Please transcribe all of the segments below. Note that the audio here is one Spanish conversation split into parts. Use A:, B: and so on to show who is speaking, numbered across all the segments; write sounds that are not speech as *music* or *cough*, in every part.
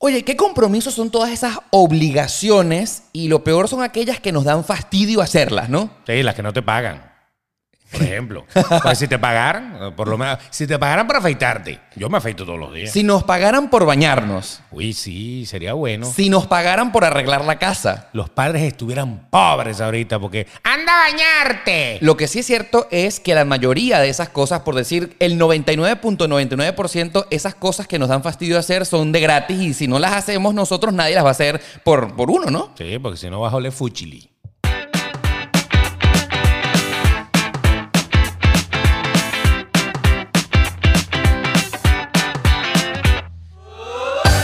A: Oye, ¿qué compromisos son todas esas obligaciones? Y lo peor son aquellas que nos dan fastidio hacerlas, ¿no?
B: Sí, las que no te pagan. Por ejemplo. Pues si te pagaran, por lo menos, si te pagaran para afeitarte, yo me afeito todos los días.
A: Si nos pagaran por bañarnos,
B: Uy, sí, sería bueno.
A: si nos pagaran por arreglar la casa.
B: Los padres estuvieran pobres ahorita porque anda a bañarte.
A: Lo que sí es cierto es que la mayoría de esas cosas, por decir el 99.99%, esas cosas que nos dan fastidio hacer son de gratis y si no las hacemos nosotros nadie las va a hacer por, por uno, ¿no?
B: Sí, porque si no vas a oler fuchili.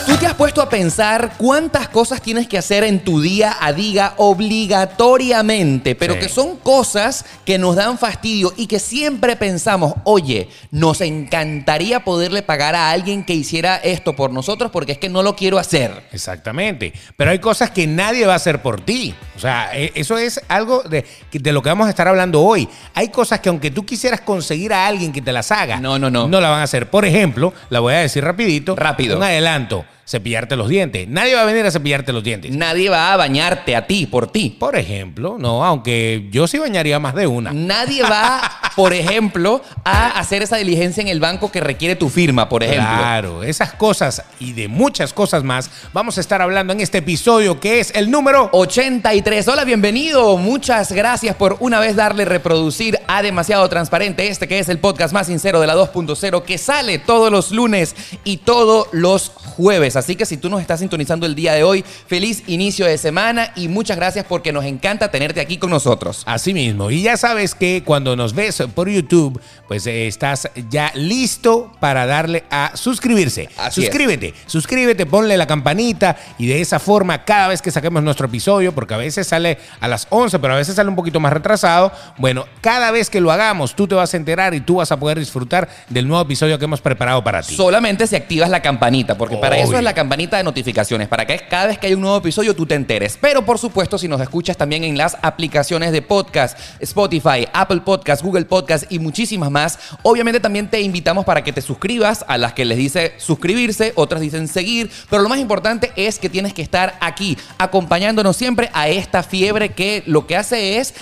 A: ¿Tú te has puesto a pensar cuántas cosas tienes que hacer en tu día a día obligatoriamente, pero
B: Sí.
A: que son cosas que nos dan fastidio y que siempre pensamos, oye, nos encantaría poderle pagar a alguien que hiciera esto por nosotros porque es que no lo quiero hacer?
B: Exactamente. Pero hay cosas que nadie va a hacer por ti. O sea, e- eso es algo de, de lo que vamos a estar hablando hoy. Hay cosas que aunque tú quisieras conseguir a alguien que te las haga,
A: No, no, no.
B: No la van a hacer. Por ejemplo, la voy a decir rapidito.
A: Rápido.
B: Un adelanto. Cepillarte los dientes. Nadie va a venir a cepillarte los dientes.
A: Nadie va a bañarte a ti, por ti.
B: Por ejemplo, no, aunque yo sí bañaría más de una.
A: Nadie va, por ejemplo, a hacer esa diligencia en el banco que requiere tu firma, por ejemplo.
B: Claro, esas cosas y de muchas cosas más vamos a estar hablando en este episodio que es el número
A: 83. Hola, bienvenido. Muchas gracias por una vez darle reproducir a Demasiado Transparente, este que es el podcast más sincero de la 2.0 que sale todos los lunes y todos los jueves. Así que si tú nos estás sintonizando el día de hoy, feliz inicio de semana y muchas gracias porque nos encanta tenerte aquí con nosotros.
B: Así mismo. Y ya sabes que cuando nos ves por YouTube, pues eh, estás ya listo para darle a suscribirse.
A: Así es.
B: suscríbete, suscríbete, ponle la campanita y de esa forma cada vez que saquemos nuestro episodio, porque a veces sale a las 11, pero a veces sale un poquito más retrasado, bueno, cada vez que lo hagamos tú te vas a enterar y tú vas a poder disfrutar del nuevo episodio que hemos preparado para ti.
A: Solamente si activas la campanita, porque para eso
B: Obvio.
A: es la campanita de notificaciones, para que cada vez que hay un nuevo episodio tú te enteres. Pero por supuesto, si nos escuchas también en las aplicaciones de podcast, Spotify, Apple Podcast, Google Podcast y muchísimas más, obviamente también te invitamos para que te suscribas a las que les dice suscribirse, otras dicen seguir, pero lo más importante es que tienes que estar aquí, acompañándonos siempre a esta fiebre que lo que hace es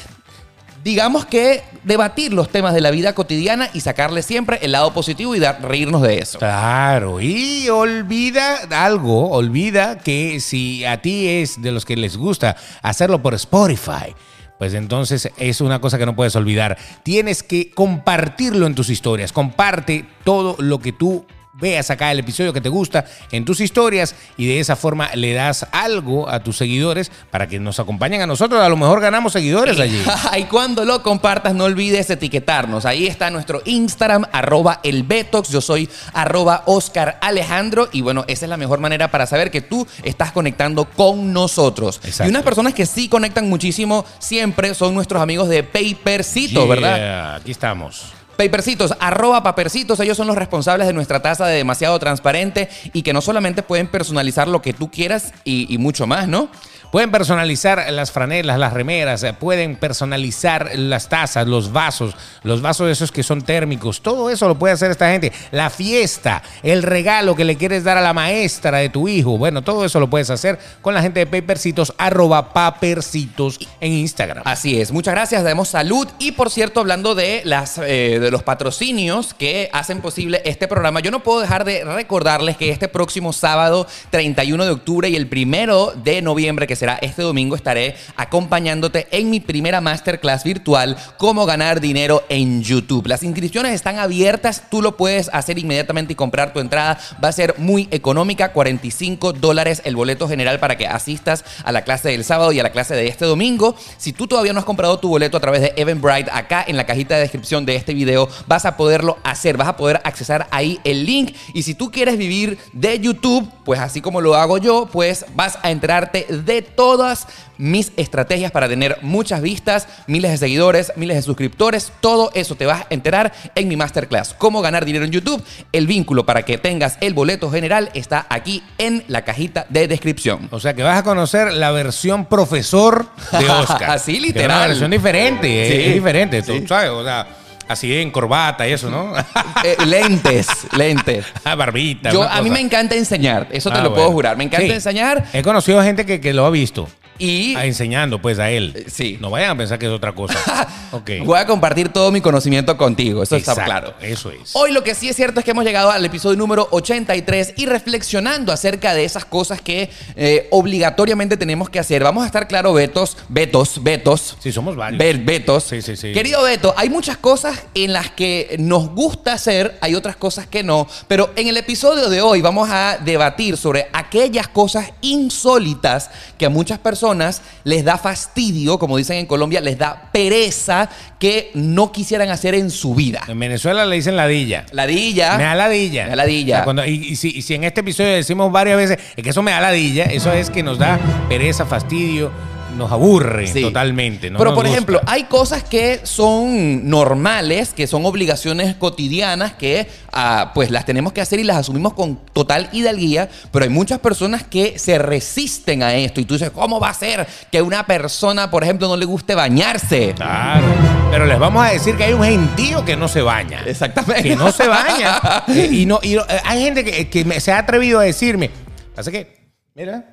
A: digamos que debatir los temas de la vida cotidiana y sacarle siempre el lado positivo y dar, reírnos de eso.
B: Claro, y olvida algo, olvida que si a ti es de los que les gusta hacerlo por Spotify, pues entonces es una cosa que no puedes olvidar. Tienes que compartirlo en tus historias, comparte todo lo que tú veas acá el episodio que te gusta en tus historias y de esa forma le das algo a tus seguidores para que nos acompañen a nosotros, a lo mejor ganamos
A: *laughs*
B: seguidores allí.
A: Y cuando lo compartas, no olvides etiquetarnos. Ahí está nuestro Instagram, arroba el Betox. Yo soy arroba Oscar Alejandro. Y bueno, esa es la mejor manera para saber que tú estás conectando con nosotros. Y
B: Exacto.
A: unas personas que sí conectan muchísimo siempre son nuestros amigos de Papercito,
B: Yeah,
A: ¿verdad?
B: Aquí estamos.
A: Papercitos, arroba papercitos, ellos son los responsables de nuestra taza de demasiado transparente y que no solamente pueden personalizar lo que tú quieras y, y mucho más, ¿no?
B: Pueden personalizar las franelas, las remeras, eh, pueden personalizar las tazas, los vasos, los vasos esos que son térmicos. Todo eso lo puede hacer esta gente. La fiesta, el regalo que le quieres dar a la maestra de tu hijo. Bueno, todo eso lo puedes hacer con la gente de Papercitos, arroba Papercitos en Instagram.
A: Así es, muchas gracias, damos salud y por cierto, hablando de, las, eh, de los patrocinios que hacen posible este programa, yo no puedo dejar de recordarles que este próximo sábado 31 de octubre y el primero de noviembre, que será este domingo, estaré acompañándote en mi primera masterclass virtual, cómo ganar dinero en YouTube. Las inscripciones están abiertas, tú lo puedes hacer inmediatamente y comprar tu entrada, va a ser muy económica, 45 dólares el boleto general para que asistas a la clase del sábado y a la clase de este domingo. Si tú todavía no has comprado tu boleto a través de Eventbrite, acá en la cajita de descripción de este video vas a poderlo hacer, vas a poder accesar ahí el link. Y si tú quieres vivir de YouTube, pues así como lo hago yo, pues vas a enterarte de todas mis estrategias para tener muchas vistas, miles de seguidores, miles de suscriptores, todo eso te vas a enterar en mi masterclass. Cómo ganar dinero en YouTube, el vínculo para que tengas el boleto general está aquí en la cajita de descripción.
B: O sea que vas a conocer la versión profesor de
A: *laughs*
B: Oscar.
A: Así,
B: Que es
A: literal.
B: Una versión diferente, eh,
A: Sí.
B: es- es diferente. Tú
A: Sí.
B: sabes, o sea, Así en corbata y eso, ¿no? *laughs*
A: Eh, lentes, lentes.
B: Barbita.
A: Yo,
B: una
A: a mí
B: cosa.
A: me encanta enseñar, eso te
B: Ah,
A: lo
B: bueno.
A: puedo jurar. Me encanta
B: Sí.
A: enseñar
B: He conocido gente que, que lo ha visto.
A: y
B: Ah, enseñando, pues, a él.
A: Eh, sí.
B: No vayan a pensar que es otra
A: *laughs*
B: cosa. ok.
A: voy a compartir todo mi conocimiento contigo, eso está
B: Exacto,
A: claro. Oh.
B: Eso es.
A: Hoy lo que sí es cierto es que hemos llegado al episodio número 83 y reflexionando acerca de esas cosas que eh, obligatoriamente tenemos que hacer. Vamos a estar claro, Betos, Betos, Betos.
B: Sí, somos varios.
A: Ver, Betos.
B: Sí, sí, sí.
A: Querido Beto, hay muchas cosas en las que nos gusta hacer, hay otras cosas que no, pero en el episodio de hoy vamos a debatir sobre aquellas cosas insólitas que a muchas personas les da fastidio, como dicen en Colombia, les da pereza que no quisieran hacer en su vida.
B: En Venezuela le dicen ladilla.
A: Ladilla.
B: Me da ladilla.
A: Me da ladilla.
B: O sea, cuando- y, y si, y si en este episodio decimos varias veces es que eso me da ladilla, eso es que nos da pereza, fastidio, nos aburre
A: Sí.
B: totalmente. no
A: Pero,
B: nos
A: por
B: gusta.
A: ejemplo, hay cosas que son normales, que son obligaciones cotidianas, que ah, pues las tenemos que hacer y las asumimos con total hidalguía, pero hay muchas personas que se resisten a esto. Y tú dices, ¿cómo va a ser que a una persona, por ejemplo, no le guste bañarse?
B: Claro. Pero les vamos a decir que hay un gentío que no se baña.
A: Exactamente.
B: Que no
A: *laughs*
B: se baña. Eh, y no, y no- eh, hay gente que, que me- se ha atrevido a decirme. Así que, mira.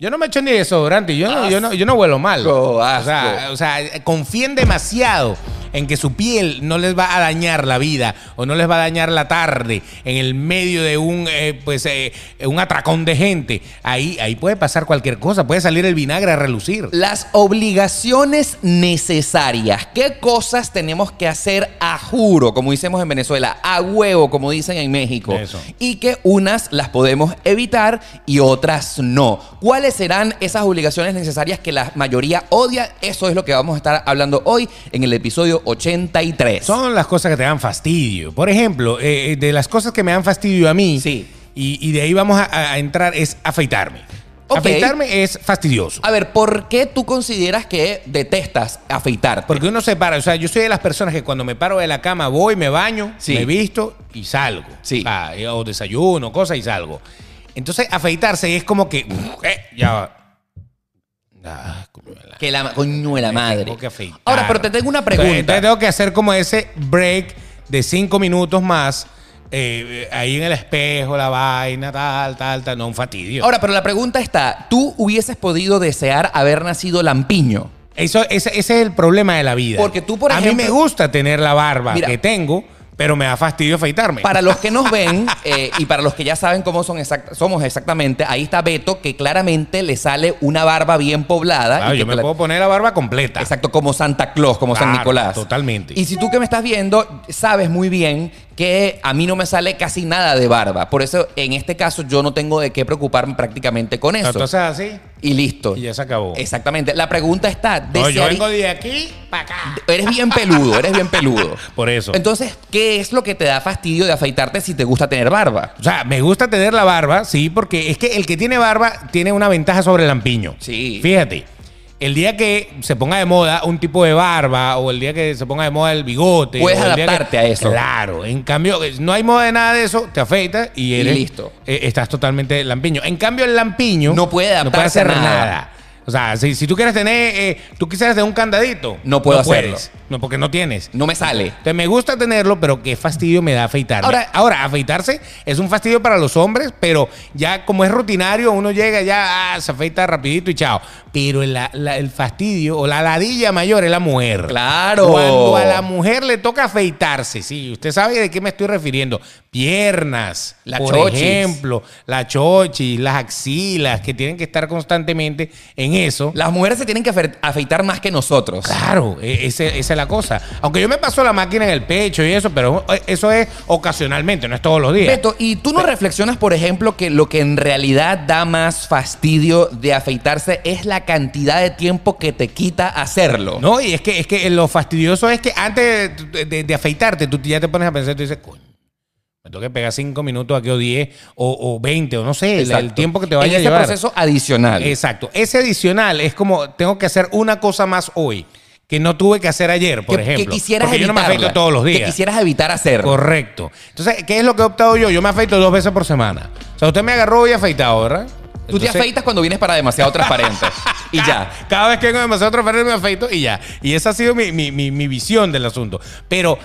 B: Yo no me echo ni desodorante, yo no, yo no, yo no huelo mal.
A: Asco,
B: O sea,
A: asco.
B: o sea, eh, confíen demasiado en que su piel no les va a dañar la vida o no les va a dañar la tarde en el medio de un eh, pues eh, un atracón de gente. Ahí, ahí puede pasar cualquier cosa, puede salir el vinagre a relucir.
A: Las obligaciones necesarias. ¿Qué cosas tenemos que hacer a juro, como decimos en Venezuela, a huevo, como dicen en México?
B: Eso.
A: Y que unas las podemos evitar y otras no. ¿Cuáles serán esas obligaciones necesarias que la mayoría odia? Eso es lo que vamos a estar hablando hoy en el episodio 83.
B: Son las cosas que te dan fastidio. Por ejemplo, eh, eh, de las cosas que me dan fastidio a mí,
A: Sí.
B: y, y de ahí vamos a, a entrar, es afeitarme.
A: Ok.
B: Afeitarme es fastidioso.
A: A ver, ¿por qué tú consideras que detestas afeitarte?
B: Porque uno se para, o sea, yo soy de las personas que cuando me paro de la cama voy, me baño,
A: Sí.
B: me visto y salgo.
A: Sí.
B: O, sea, eh, o desayuno, cosas y salgo. Entonces, afeitarse es como que. eh, ya va. Ah, coño de la-
A: que la coño de la madre.
B: tengo que afeitar.
A: Ahora, pero te tengo una
B: Entonces,
A: pregunta.
B: entonces tengo que hacer como ese break de cinco minutos más. eh, ahí en el espejo, la vaina, tal, tal, tal. No, un fastidio.
A: Ahora, pero la pregunta está, ¿tú hubieses podido desear haber nacido lampiño?
B: Eso, ese, ese es el problema de la vida.
A: Porque tú, por
B: A mí
A: ejemplo-
B: me gusta tener la barba
A: Mira.
B: que tengo, pero me da fastidio afeitarme.
A: Para los que nos
B: *laughs*
A: ven eh, y para los que ya saben cómo son exact- somos exactamente, ahí está Beto, que claramente le sale una barba bien poblada.
B: Claro,
A: y que
B: yo me
A: cla-
B: puedo poner la barba completa.
A: Exacto, como Santa Claus, como San
B: Claro,
A: Nicolás.
B: totalmente.
A: Y si tú que me estás viendo, sabes muy bien que a mí no me sale casi nada de barba. Por eso, en este caso, yo no tengo de qué preocuparme prácticamente con eso.
B: Entonces así
A: y listo.
B: y ya se acabó.
A: Exactamente. La pregunta está,
B: No, yo
A: ¿desearí-
B: vengo de aquí para acá.
A: eres bien peludo, eres bien peludo.
B: Por eso.
A: Entonces, ¿qué es lo que te da fastidio de afeitarte si te gusta tener barba?
B: O sea, me gusta tener la barba, sí, porque es que el que tiene barba tiene una ventaja sobre el lampiño.
A: Sí.
B: Fíjate, el día que se ponga de moda un tipo de barba o el día que se ponga de moda el bigote.
A: Puedes
B: o el día que-
A: adaptarte a eso.
B: Claro. En cambio, eh, no hay moda de nada de eso, te afeitas y eres...
A: listo.
B: eh, estás totalmente lampiño. En cambio, el lampiño...
A: No puede adaptarse a
B: hacer
A: nada.
B: O sea, si, si tú quieres tener... eh, tú quisieras tener un candadito.
A: No puedo hacerlo.
B: puedes. No, porque no tienes.
A: No me sale.
B: Entonces me gusta tenerlo, pero qué fastidio me da afeitarme.
A: Ahora-
B: Ahora, ahora afeitarse es un fastidio para los hombres, pero ya como es rutinario, uno llega ya, ah, se afeita rapidito y chao. Pero la- la- el fastidio o la ladilla mayor es la mujer.
A: Claro.
B: Cuando a la mujer le toca afeitarse, sí, usted sabe de qué me estoy refiriendo. Piernas,
A: La
B: por
A: chochis.
B: ejemplo, la chochi, las axilas, que tienen que estar constantemente en eso.
A: Las mujeres se tienen que afe- afeitar más que nosotros.
B: Claro, e- ese- esa es la cosa. Aunque yo me paso la máquina en el pecho y eso, pero e, eso es ocasionalmente, no es todos los días.
A: Beto, ¿y tú no reflexionas, por ejemplo, que lo que en realidad da más fastidio de afeitarse es la cantidad de tiempo que te quita hacerlo?
B: No, y es que, es que lo fastidioso es que antes de, de- de afeitarte, tú ya te pones a pensar, tú dices, coño, me tengo que pegar cinco minutos aquí o 10 o, o 20 o no sé, el- el
A: Exacto.
B: tiempo que te vaya
A: en
B: a llevar.
A: ese proceso adicional.
B: Exacto. Ese adicional es como tengo que hacer una cosa más hoy que no tuve que hacer ayer, por
A: que, que
B: ejemplo.
A: quisieras
B: porque yo no me
A: evitarla,
B: afeito todos los días.
A: Que quisieras evitar hacer.
B: Correcto. Entonces, ¿qué es lo que he optado yo? Yo me afeito dos veces por semana. O sea, usted me agarró hoy afeitado, ¿verdad?
A: Tú te
B: Entonces-
A: afeitas cuando vienes para demasiado
B: *laughs*
A: transparente. y ya.
B: Cada vez que vengo demasiado transparente me afeito y ya. Y esa ha sido mi, mi- mi- mi visión del asunto. Pero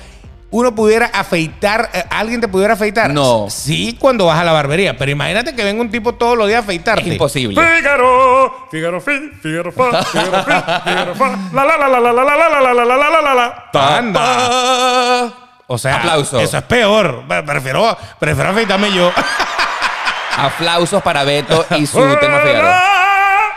B: uno pudiera afeitar, eh, alguien te pudiera afeitar.
A: No.
B: Sí, cuando vas a la barbería. Pero imagínate que venga un tipo todos los días a afeitarte.
A: Es imposible.
C: Fígaro, Fígaro fi, Fígaro fa, Fígaro fi, Fígaro fa. La la la la la la la la la la la la la la la.
B: Anda.
A: Pa.
B: O sea,
A: Aplauso.
B: eso es peor. Pre- Prefiero, prefiero afeitarme yo.
A: Aplausos para Beto y
B: *laughs*
A: su tema Fígaro.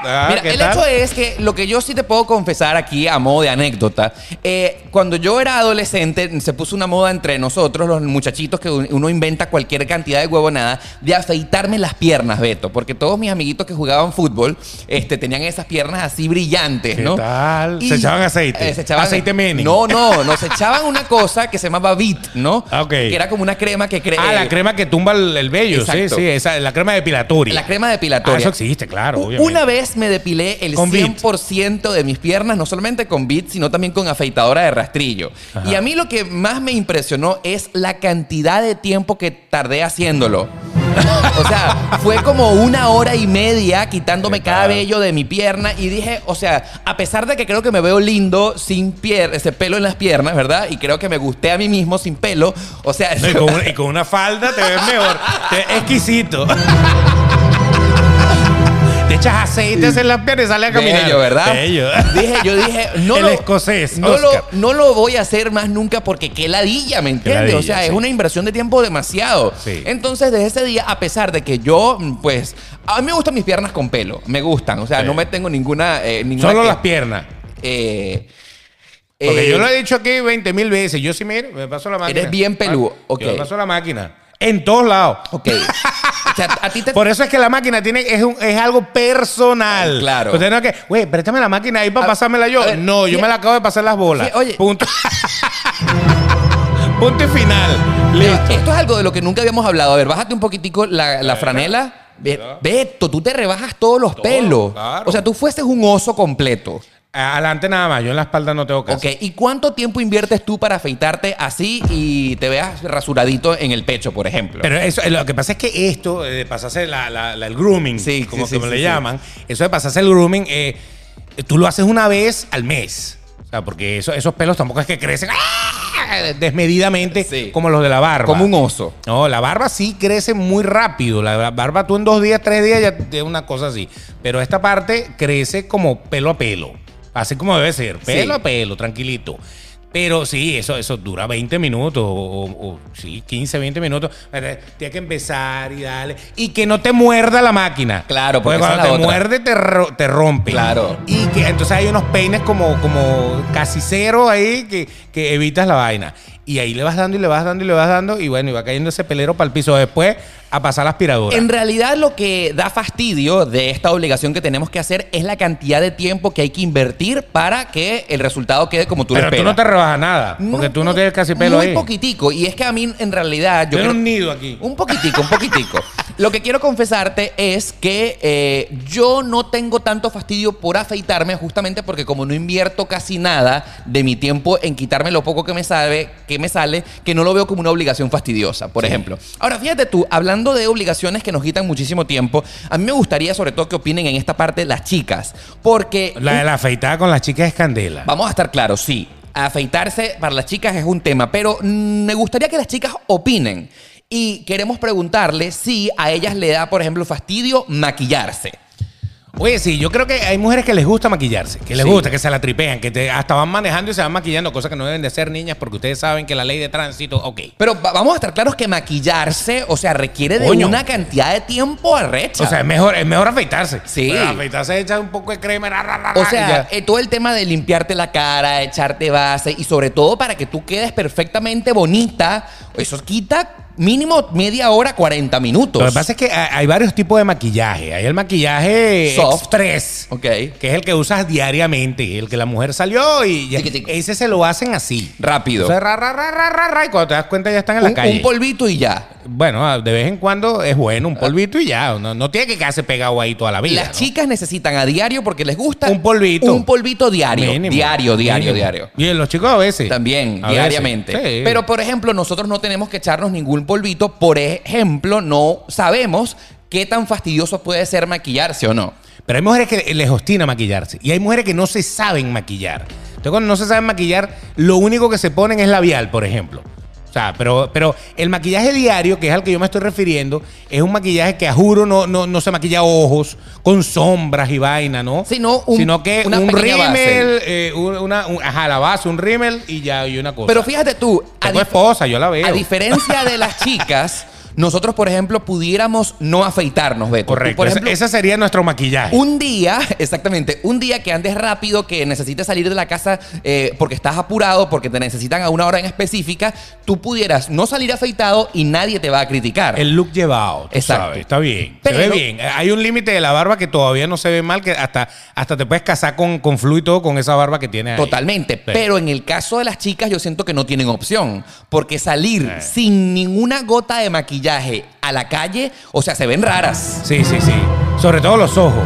B: Ah,
A: Mira,
B: ¿qué
A: el
B: tal?
A: hecho es que lo que yo sí te puedo confesar aquí a modo de anécdota, eh, cuando yo era adolescente se puso una moda entre nosotros, los muchachitos que un- uno inventa cualquier cantidad de huevonada, de afeitarme las piernas, Beto, porque todos mis amiguitos que jugaban fútbol este, tenían esas piernas así brillantes,
B: ¿Qué
A: ¿no? eh,
B: tal? Se echaban aceite.
A: se echaban
B: Aceite Menem.
A: No, no, nos echaban una cosa que se llamaba Vit, ¿no?
B: Ah, ok.
A: Que era como una crema que eh, crea.
B: Ah, la crema que tumba el, el vello. Sí,
A: Exacto.
B: sí. Esa, la crema depilatoria.
A: La crema
B: Ah,
A: depilatoria.
B: eso existe, claro.
A: U-
B: obviamente.
A: Una vez me depilé el
B: Con Beat.
A: 100% de mis piernas, no solamente con bit, sino también con afeitadora de rastrillo. Y a mí lo que más me impresionó es la cantidad de tiempo que tardé haciéndolo. o sea, fue como una hora y media quitándome
B: Qué
A: cada
B: tal.
A: vello de mi pierna y dije, o sea, a pesar de que creo que me veo lindo sin pier ese pelo en las piernas, ¿verdad? Y creo que me gusté a mí mismo sin pelo, o sea,
B: No, y, con una, y con una falda te ves mejor. Te ves exquisito. te echas aceites en las piernas y sales a caminar.
A: Bello, ¿verdad?
B: Bello.
A: Dije, yo dije, no
B: El
A: lo,
B: escocés,
A: no lo,
B: Oscar.
A: no lo voy a hacer más nunca porque qué ladilla, ¿me entiendes? o
B: ladilla,
A: sea, es
B: sí.
A: una inversión de tiempo demasiado.
B: Sí.
A: Entonces, desde ese día, a pesar de que yo, pues, a mí me gustan mis piernas con pelo, me gustan, o sea,
B: Sí.
A: no me tengo ninguna... eh, ninguna
B: Solo
A: que-
B: las piernas.
A: eh,
B: Porque
A: eh,
B: yo lo he dicho aquí 20 mil veces. Yo sí, mira, me paso la máquina.
A: Eres bien peludo.
B: Ah,
A: Ok.
B: Yo me paso la máquina. En todos lados.
A: Ok. O sea, a ti te...
B: *laughs* Por eso es que la máquina tiene, es, un- es algo personal.
A: Eh, Claro.
B: Usted no es que, güey, préstame la máquina ahí
A: A-
B: para pasármela yo.
A: a ver,
B: no, yo
A: fie-
B: me la acabo de pasar las bolas.
A: fie- oye.
B: Punto. *laughs* Punto y final. Listo.
A: Esto es algo de lo que nunca habíamos hablado. A ver, bájate un poquitico la, la franela. Ve- Beto, tú te rebajas todos los pelos.
B: claro.
A: O sea, tú fueses un oso completo.
B: Adelante nada más, yo en la espalda no tengo caso.
A: eh. Ok, ¿y cuánto tiempo inviertes tú para afeitarte así y te veas rasuradito en el pecho, por ejemplo?
B: Pero eso, eh, lo que pasa es que esto eh, de pasarse la- la- la- el grooming,
A: Sí,
B: como,
A: sí, sí,
B: como
A: sí,
B: le
A: sí.
B: llaman, eso de pasarse el grooming, eh, tú lo haces una vez al mes. O sea, porque eso- esos pelos tampoco es que crecen ¡ah! desmedidamente
A: Sí.
B: como los de la barba.
A: Como un oso.
B: No, la barba sí crece muy rápido. La la barba tú en dos días, tres días ya te una cosa así. Pero esta parte crece como pelo a pelo. Así como debe ser. Pelo
A: Sí.
B: a pelo, tranquilito. Pero sí, eso, eso dura 20 minutos o, o- o, sí, 15, 20 minutos. Eh, Tienes que empezar y dale. Y que no te muerda la máquina.
A: Claro, porque
B: porque,
A: esa es
B: cuando te
A: la otra.
B: muerde te, ro- te rompe.
A: Claro.
B: Y que entonces hay unos peines como, como casi cero ahí que, que evitas la vaina. Y ahí le vas dando y le vas dando y le vas dando. Y bueno, y va cayendo ese pelero para el piso. Después a pasar la aspiradora.
A: En realidad lo que da fastidio de esta obligación que tenemos que hacer es la cantidad de tiempo que hay que invertir para que el resultado quede como tú
B: Pero
A: lo esperas.
B: tú no te rebajas nada. Porque tú no tienes casi pelo
A: muy
B: ahí.
A: poquitico. Y es que a mí, en realidad, yo
B: Tiene
A: creo-
B: un nido aquí.
A: Un poquitico, un poquitico. Lo que quiero confesarte es que eh, yo no tengo tanto fastidio por afeitarme, justamente porque como no invierto casi nada de mi tiempo en quitarme lo poco que me sabe, que me sale, que no lo veo como una obligación fastidiosa, por ejemplo. Ahora, fíjate tú, hablando de obligaciones que nos quitan muchísimo tiempo, a mí me gustaría sobre todo que opinen en esta parte las chicas, porque
B: La de la afeitada con las chicas es candela.
A: Vamos a estar claros, sí. Afeitarse para las chicas es un tema, pero mm, me gustaría que las chicas opinen. Y queremos preguntarle si a ellas le da, por ejemplo, fastidio maquillarse.
B: Oye, sí, yo creo que hay mujeres que les gusta maquillarse, que les
A: Sí.
B: gusta, que se la tripean, que te- hasta van manejando y se van maquillando, cosas que no deben de hacer niñas porque ustedes saben que la ley de tránsito, ok.
A: Pero va- vamos a estar claros que maquillarse, o sea, requiere de
B: Coño.
A: una cantidad de tiempo arrecha.
B: O sea, es mejor, es mejor afeitarse.
A: Sí.
B: Pero afeitarse, echar un poco de crema. ra, ra, ra,
A: O
B: ra, y
A: sea,
B: ya.
A: eh, todo el tema de limpiarte la cara, echarte base y sobre todo para que tú quedes perfectamente bonita, eso quita mínimo media hora, 40 minutos.
B: Lo que pasa es que hay hay varios tipos de maquillaje. Hay el maquillaje
A: Soft.
B: soft 3,
A: Ok.
B: que es el que usas diariamente, el que la mujer salió y ya-
A: Chiquitico.
B: ese se lo hacen así.
A: Rápido.
B: O sea, ra, ra, ra, ra, ra, ra, y cuando te das cuenta ya están en la
A: Un-
B: calle.
A: un polvito y ya.
B: bueno, ah, de vez en cuando es bueno un polvito y ya. No, no tiene que quedarse pegado ahí toda la vida.
A: Ah. Las
B: ¿no?
A: chicas necesitan a diario porque les gusta
B: Un polvito.
A: Un polvito diario.
B: Mínimo,
A: diario, diario,
B: mínimo.
A: diario.
B: Y en los chicos a veces.
A: También,
B: A veces.
A: diariamente.
B: Sí.
A: Pero, por ejemplo, nosotros no tenemos que echarnos ningún polvito. Por ejemplo, no sabemos qué tan fastidioso puede ser maquillarse o no.
B: Pero hay mujeres que les ostina maquillarse y hay mujeres que no se saben maquillar. Entonces, cuando no se saben maquillar, lo único que se ponen es labial, por ejemplo. O sea, pero, pero el maquillaje diario, que es al que yo me estoy refiriendo, es un maquillaje que a juro no, no, no se maquilla ojos, con sombras y vaina, ¿no?
A: Sino un-
B: Sino que
A: una
B: un
A: pequeña base.
B: rímel, eh, un- una, un- ajá, la base, un rímel y ya, y una cosa.
A: Pero fíjate tú, a
B: Tengo
A: dif-
B: esposa, yo la veo.
A: A diferencia de las chicas, nosotros, por ejemplo, pudiéramos no afeitarnos, Beto. Tú,
B: Correcto.
A: por
B: Ese-
A: ejemplo,
B: ese sería nuestro maquillaje.
A: un día, *laughs* exactamente, un día que andes rápido, que necesites salir de la casa eh, porque estás apurado, porque te necesitan a una hora en específica, tú pudieras no salir afeitado y nadie te va a criticar.
B: El look llevado. tú
A: Exacto.
B: sabes, está bien.
A: Pero-
B: se ve bien. Eh, Hay un límite de la barba que todavía no se ve mal, que hasta, hasta te puedes casar con, con flu y todo con esa barba que tiene ahí.
A: Totalmente.
B: Sí.
A: Pero en el caso de las chicas, yo siento que no tienen opción. Porque salir sin ninguna gota de maquillaje a la calle, o sea, se ven raras.
B: Sí, sí, sí. Sobre todo los ojos.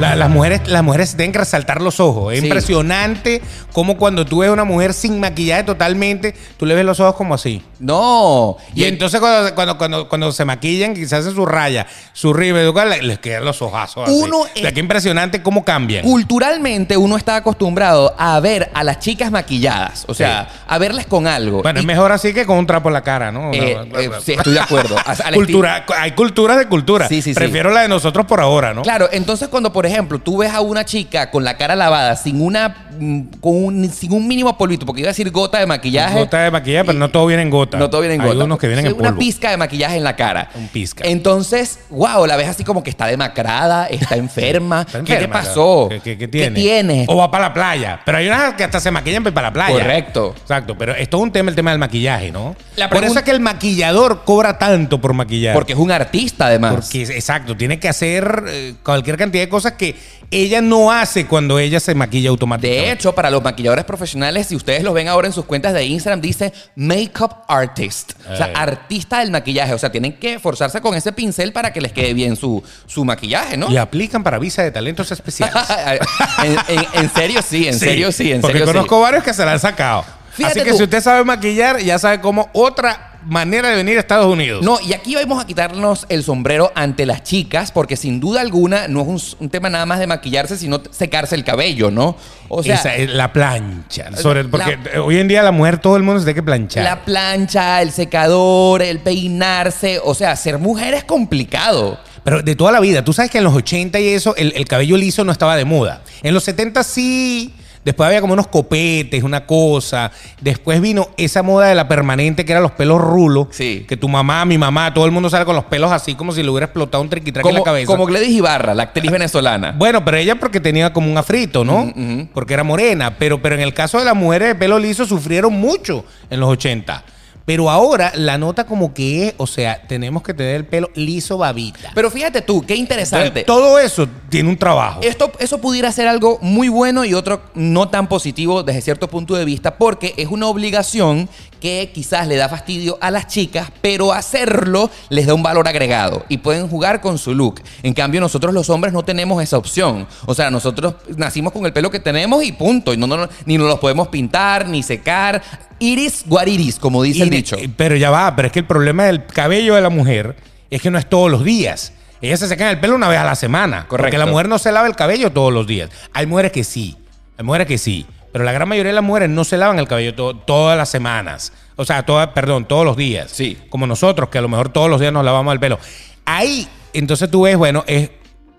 B: La- las, mujeres, las mujeres tienen que resaltar los ojos. Es
A: Sí.
B: impresionante como cuando tú ves una mujer sin maquillaje totalmente, tú le ves los ojos como así.
A: No.
B: Y entonces cuando, cuando, cuando, cuando se maquillan, quizás hacen su raya, su rímel, les, les quedan los ojazos. así.
A: Uno
B: O sea,
A: es-
B: qué impresionante cómo cambian.
A: culturalmente uno está acostumbrado a ver a las chicas maquilladas, o sea, a verlas con algo.
B: Bueno,
A: Y,
B: es mejor así que con un trapo en la cara, ¿no?
A: eh,
B: Una-
A: eh, sí, estoy de acuerdo. A- al
B: Cultura- hay culturas de cultura.
A: Sí, sí, sí.
B: Prefiero la de nosotros por ahora, ¿no?
A: Claro, entonces cuando por ejemplo tú ves a una chica con la cara lavada, sin una mm, con un, sin un mínimo polvito, porque iba a decir gota de maquillaje.
B: Gota de maquillaje, pero no todo viene en gota.
A: No todo viene en gota.
B: Hay unos que vienen
A: Sí,
B: en polvo.
A: Una pizca de maquillaje en la cara.
B: Un pizca.
A: Entonces, wow, la ves así como que está demacrada,
B: *laughs*
A: está enferma.
B: Está
A: ¿Qué te
B: enferma,
A: pasó?
B: ¿Qué, qué- qué tiene? Oh,
A: ¿Qué tienes?
B: O va para la playa. Pero hay unas que hasta se maquillan para la playa.
A: Correcto.
B: Exacto. Pero esto es un tema, el tema del maquillaje, ¿no?
A: La
B: por
A: pregun-
B: eso es que el maquillador cobra tanto por maquillar.
A: Porque es un artista además.
B: Porque, exacto, tiene que hacer eh, cualquier cantidad de cosas que ella no hace cuando ella se maquilla automáticamente.
A: De hecho, para los maquilladores profesionales, si ustedes los ven ahora en sus cuentas de Instagram, dice makeup artist. O sea,
B: Ey.
A: artista del maquillaje. O sea, tienen que esforzarse con ese pincel para que les quede bien su, su maquillaje, ¿no?
B: Y aplican para visa de talentos especiales.
A: *laughs* en, en- en serio sí, en serio sí, en
B: Porque
A: serio
B: conozco varios que se la han sacado.
A: Fíjate
B: Así que
A: tú.
B: si usted sabe maquillar, ya sabe cómo otra manera de venir a Estados Unidos.
A: sí. No, y aquí vamos a quitarnos el sombrero ante las chicas, porque sin duda alguna no es un, un tema nada más de maquillarse, sino secarse el cabello, ¿no? O sea,
B: Esa es la plancha. Sobre,
A: La-
B: porque hoy en día la mujer, todo el mundo se tiene que planchar.
A: la plancha, el secador, el peinarse. O sea, ser mujer es complicado.
B: Pero de toda la vida, tú sabes que en los 80 y eso, el, el cabello liso no estaba de moda. En los 70 sí. Después había como unos copetes, una cosa. Después vino esa moda de la permanente que eran los pelos rulos.
A: Sí.
B: Que tu mamá, mi mamá, todo el mundo sale con los pelos así como si le hubiera explotado un triquitraque en
A: Como,
B: la cabeza.
A: como Gladys Ibarra, la actriz venezolana.
B: Bueno, pero ella porque tenía como un afrito, ¿no? Porque era morena. Pero, pero en el caso de las mujeres de pelo liso sufrieron mucho en los 80. Pero ahora la nota como que es, o sea, tenemos que tener el pelo liso babita.
A: Pero fíjate tú, qué interesante.
B: Todo eso tiene un trabajo.
A: Esto, eso pudiera ser algo muy bueno y otro no tan positivo desde cierto punto de vista, porque es una obligación que quizás le da fastidio a las chicas, pero hacerlo les da un valor agregado y pueden jugar con su look. En cambio, nosotros los hombres no tenemos esa opción. O sea, nosotros nacimos con el pelo que tenemos y punto. Y no, no- ni nos los podemos pintar, ni secar. Iris guariris, como dice el
B: Y-
A: dicho.
B: Pero ya va, pero es que el problema del cabello de la mujer es que no es todos los días. Ellas se secan el pelo una vez a la semana. Porque
A: Correcto.
B: la mujer no se lava el cabello todos los días. Hay mujeres que sí, hay mujeres que sí. Pero la gran mayoría de las mujeres no se lavan el cabello to- todas las semanas. O sea, todas, perdón, todos los días.
A: Sí.
B: Como nosotros, que a lo mejor todos los días nos lavamos el pelo. Ahí, entonces tú ves, bueno, es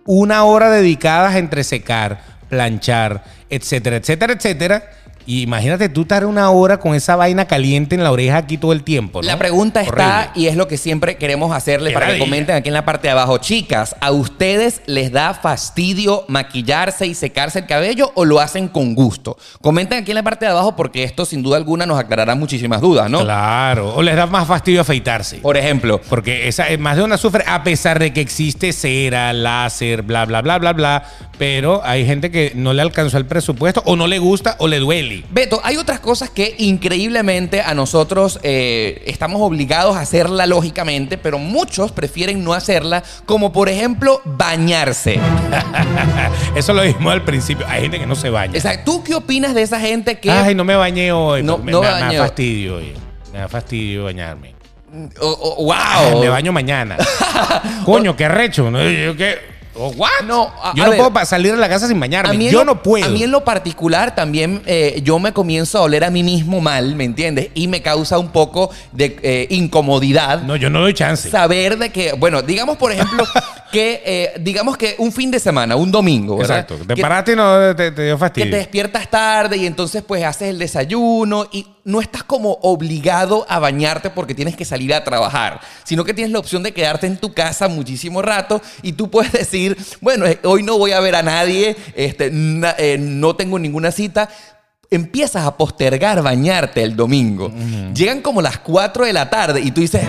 B: una hora dedicadas entre secar, planchar, etcétera, etcétera, etcétera. Y imagínate tú estar una hora con esa vaina caliente en la oreja aquí todo el tiempo. ¿no?
A: La pregunta está,
B: Horrible.
A: y es lo que siempre queremos hacerles
B: Qué
A: para que
B: maravilla.
A: comenten aquí en la parte de abajo. Chicas, ¿a ustedes les da fastidio maquillarse y secarse el cabello o lo hacen con gusto? Comenten aquí en la parte de abajo porque esto sin duda alguna nos aclarará muchísimas dudas, ¿no?
B: Claro. O les da más fastidio afeitarse.
A: Por ejemplo,
B: Porque esa, eh, más de una sufre, a pesar de que existe cera, láser, bla, bla, bla, bla, bla. Pero hay gente que no le alcanzó el presupuesto, o no le gusta, o le duele.
A: Beto, hay otras cosas que increíblemente a nosotros eh, estamos obligados a hacerla lógicamente, pero muchos prefieren no hacerla, como por ejemplo bañarse.
B: Eso lo dijimos al principio. Hay gente que no se baña.
A: O sea, ¿tú qué opinas de esa gente que...
B: Ay, no me bañé hoy.
A: No-
B: me,
A: no
B: me- me
A: bañé
B: da
A: hoy.
B: fastidio hoy. Me da fastidio bañarme.
A: Oh, oh, ¡Wow!
B: Ah, Me
A: *laughs*
B: baño mañana. Coño, qué recho. ¿no? Yo qué- oh, what?
A: No, a-
B: yo
A: a
B: no
A: ver.
B: puedo pa- salir de la casa sin
A: A
B: bañarme.
A: mí en
B: yo
A: lo-
B: no puedo.
A: A mí en lo particular también eh, yo me comienzo a oler a mí mismo mal, ¿me entiendes? Y me causa un poco de eh, incomodidad.
B: No, yo no doy chance.
A: Saber de que, bueno, digamos por
B: *laughs*
A: ejemplo que, eh, digamos que un fin de semana, un domingo, ¿verdad?
B: Exacto. Te
A: Que-
B: paraste y no te, te dio
A: que
B: fastidio.
A: te despiertas tarde y entonces pues haces el desayuno y no estás como obligado a bañarte porque tienes que salir a trabajar, sino que tienes la opción de quedarte en tu casa muchísimo rato y tú puedes decir, bueno, eh, hoy no voy a ver a nadie, este, na- eh, no tengo ninguna cita. Empiezas a postergar bañarte el domingo. Llegan como las 4 de la tarde y tú dices,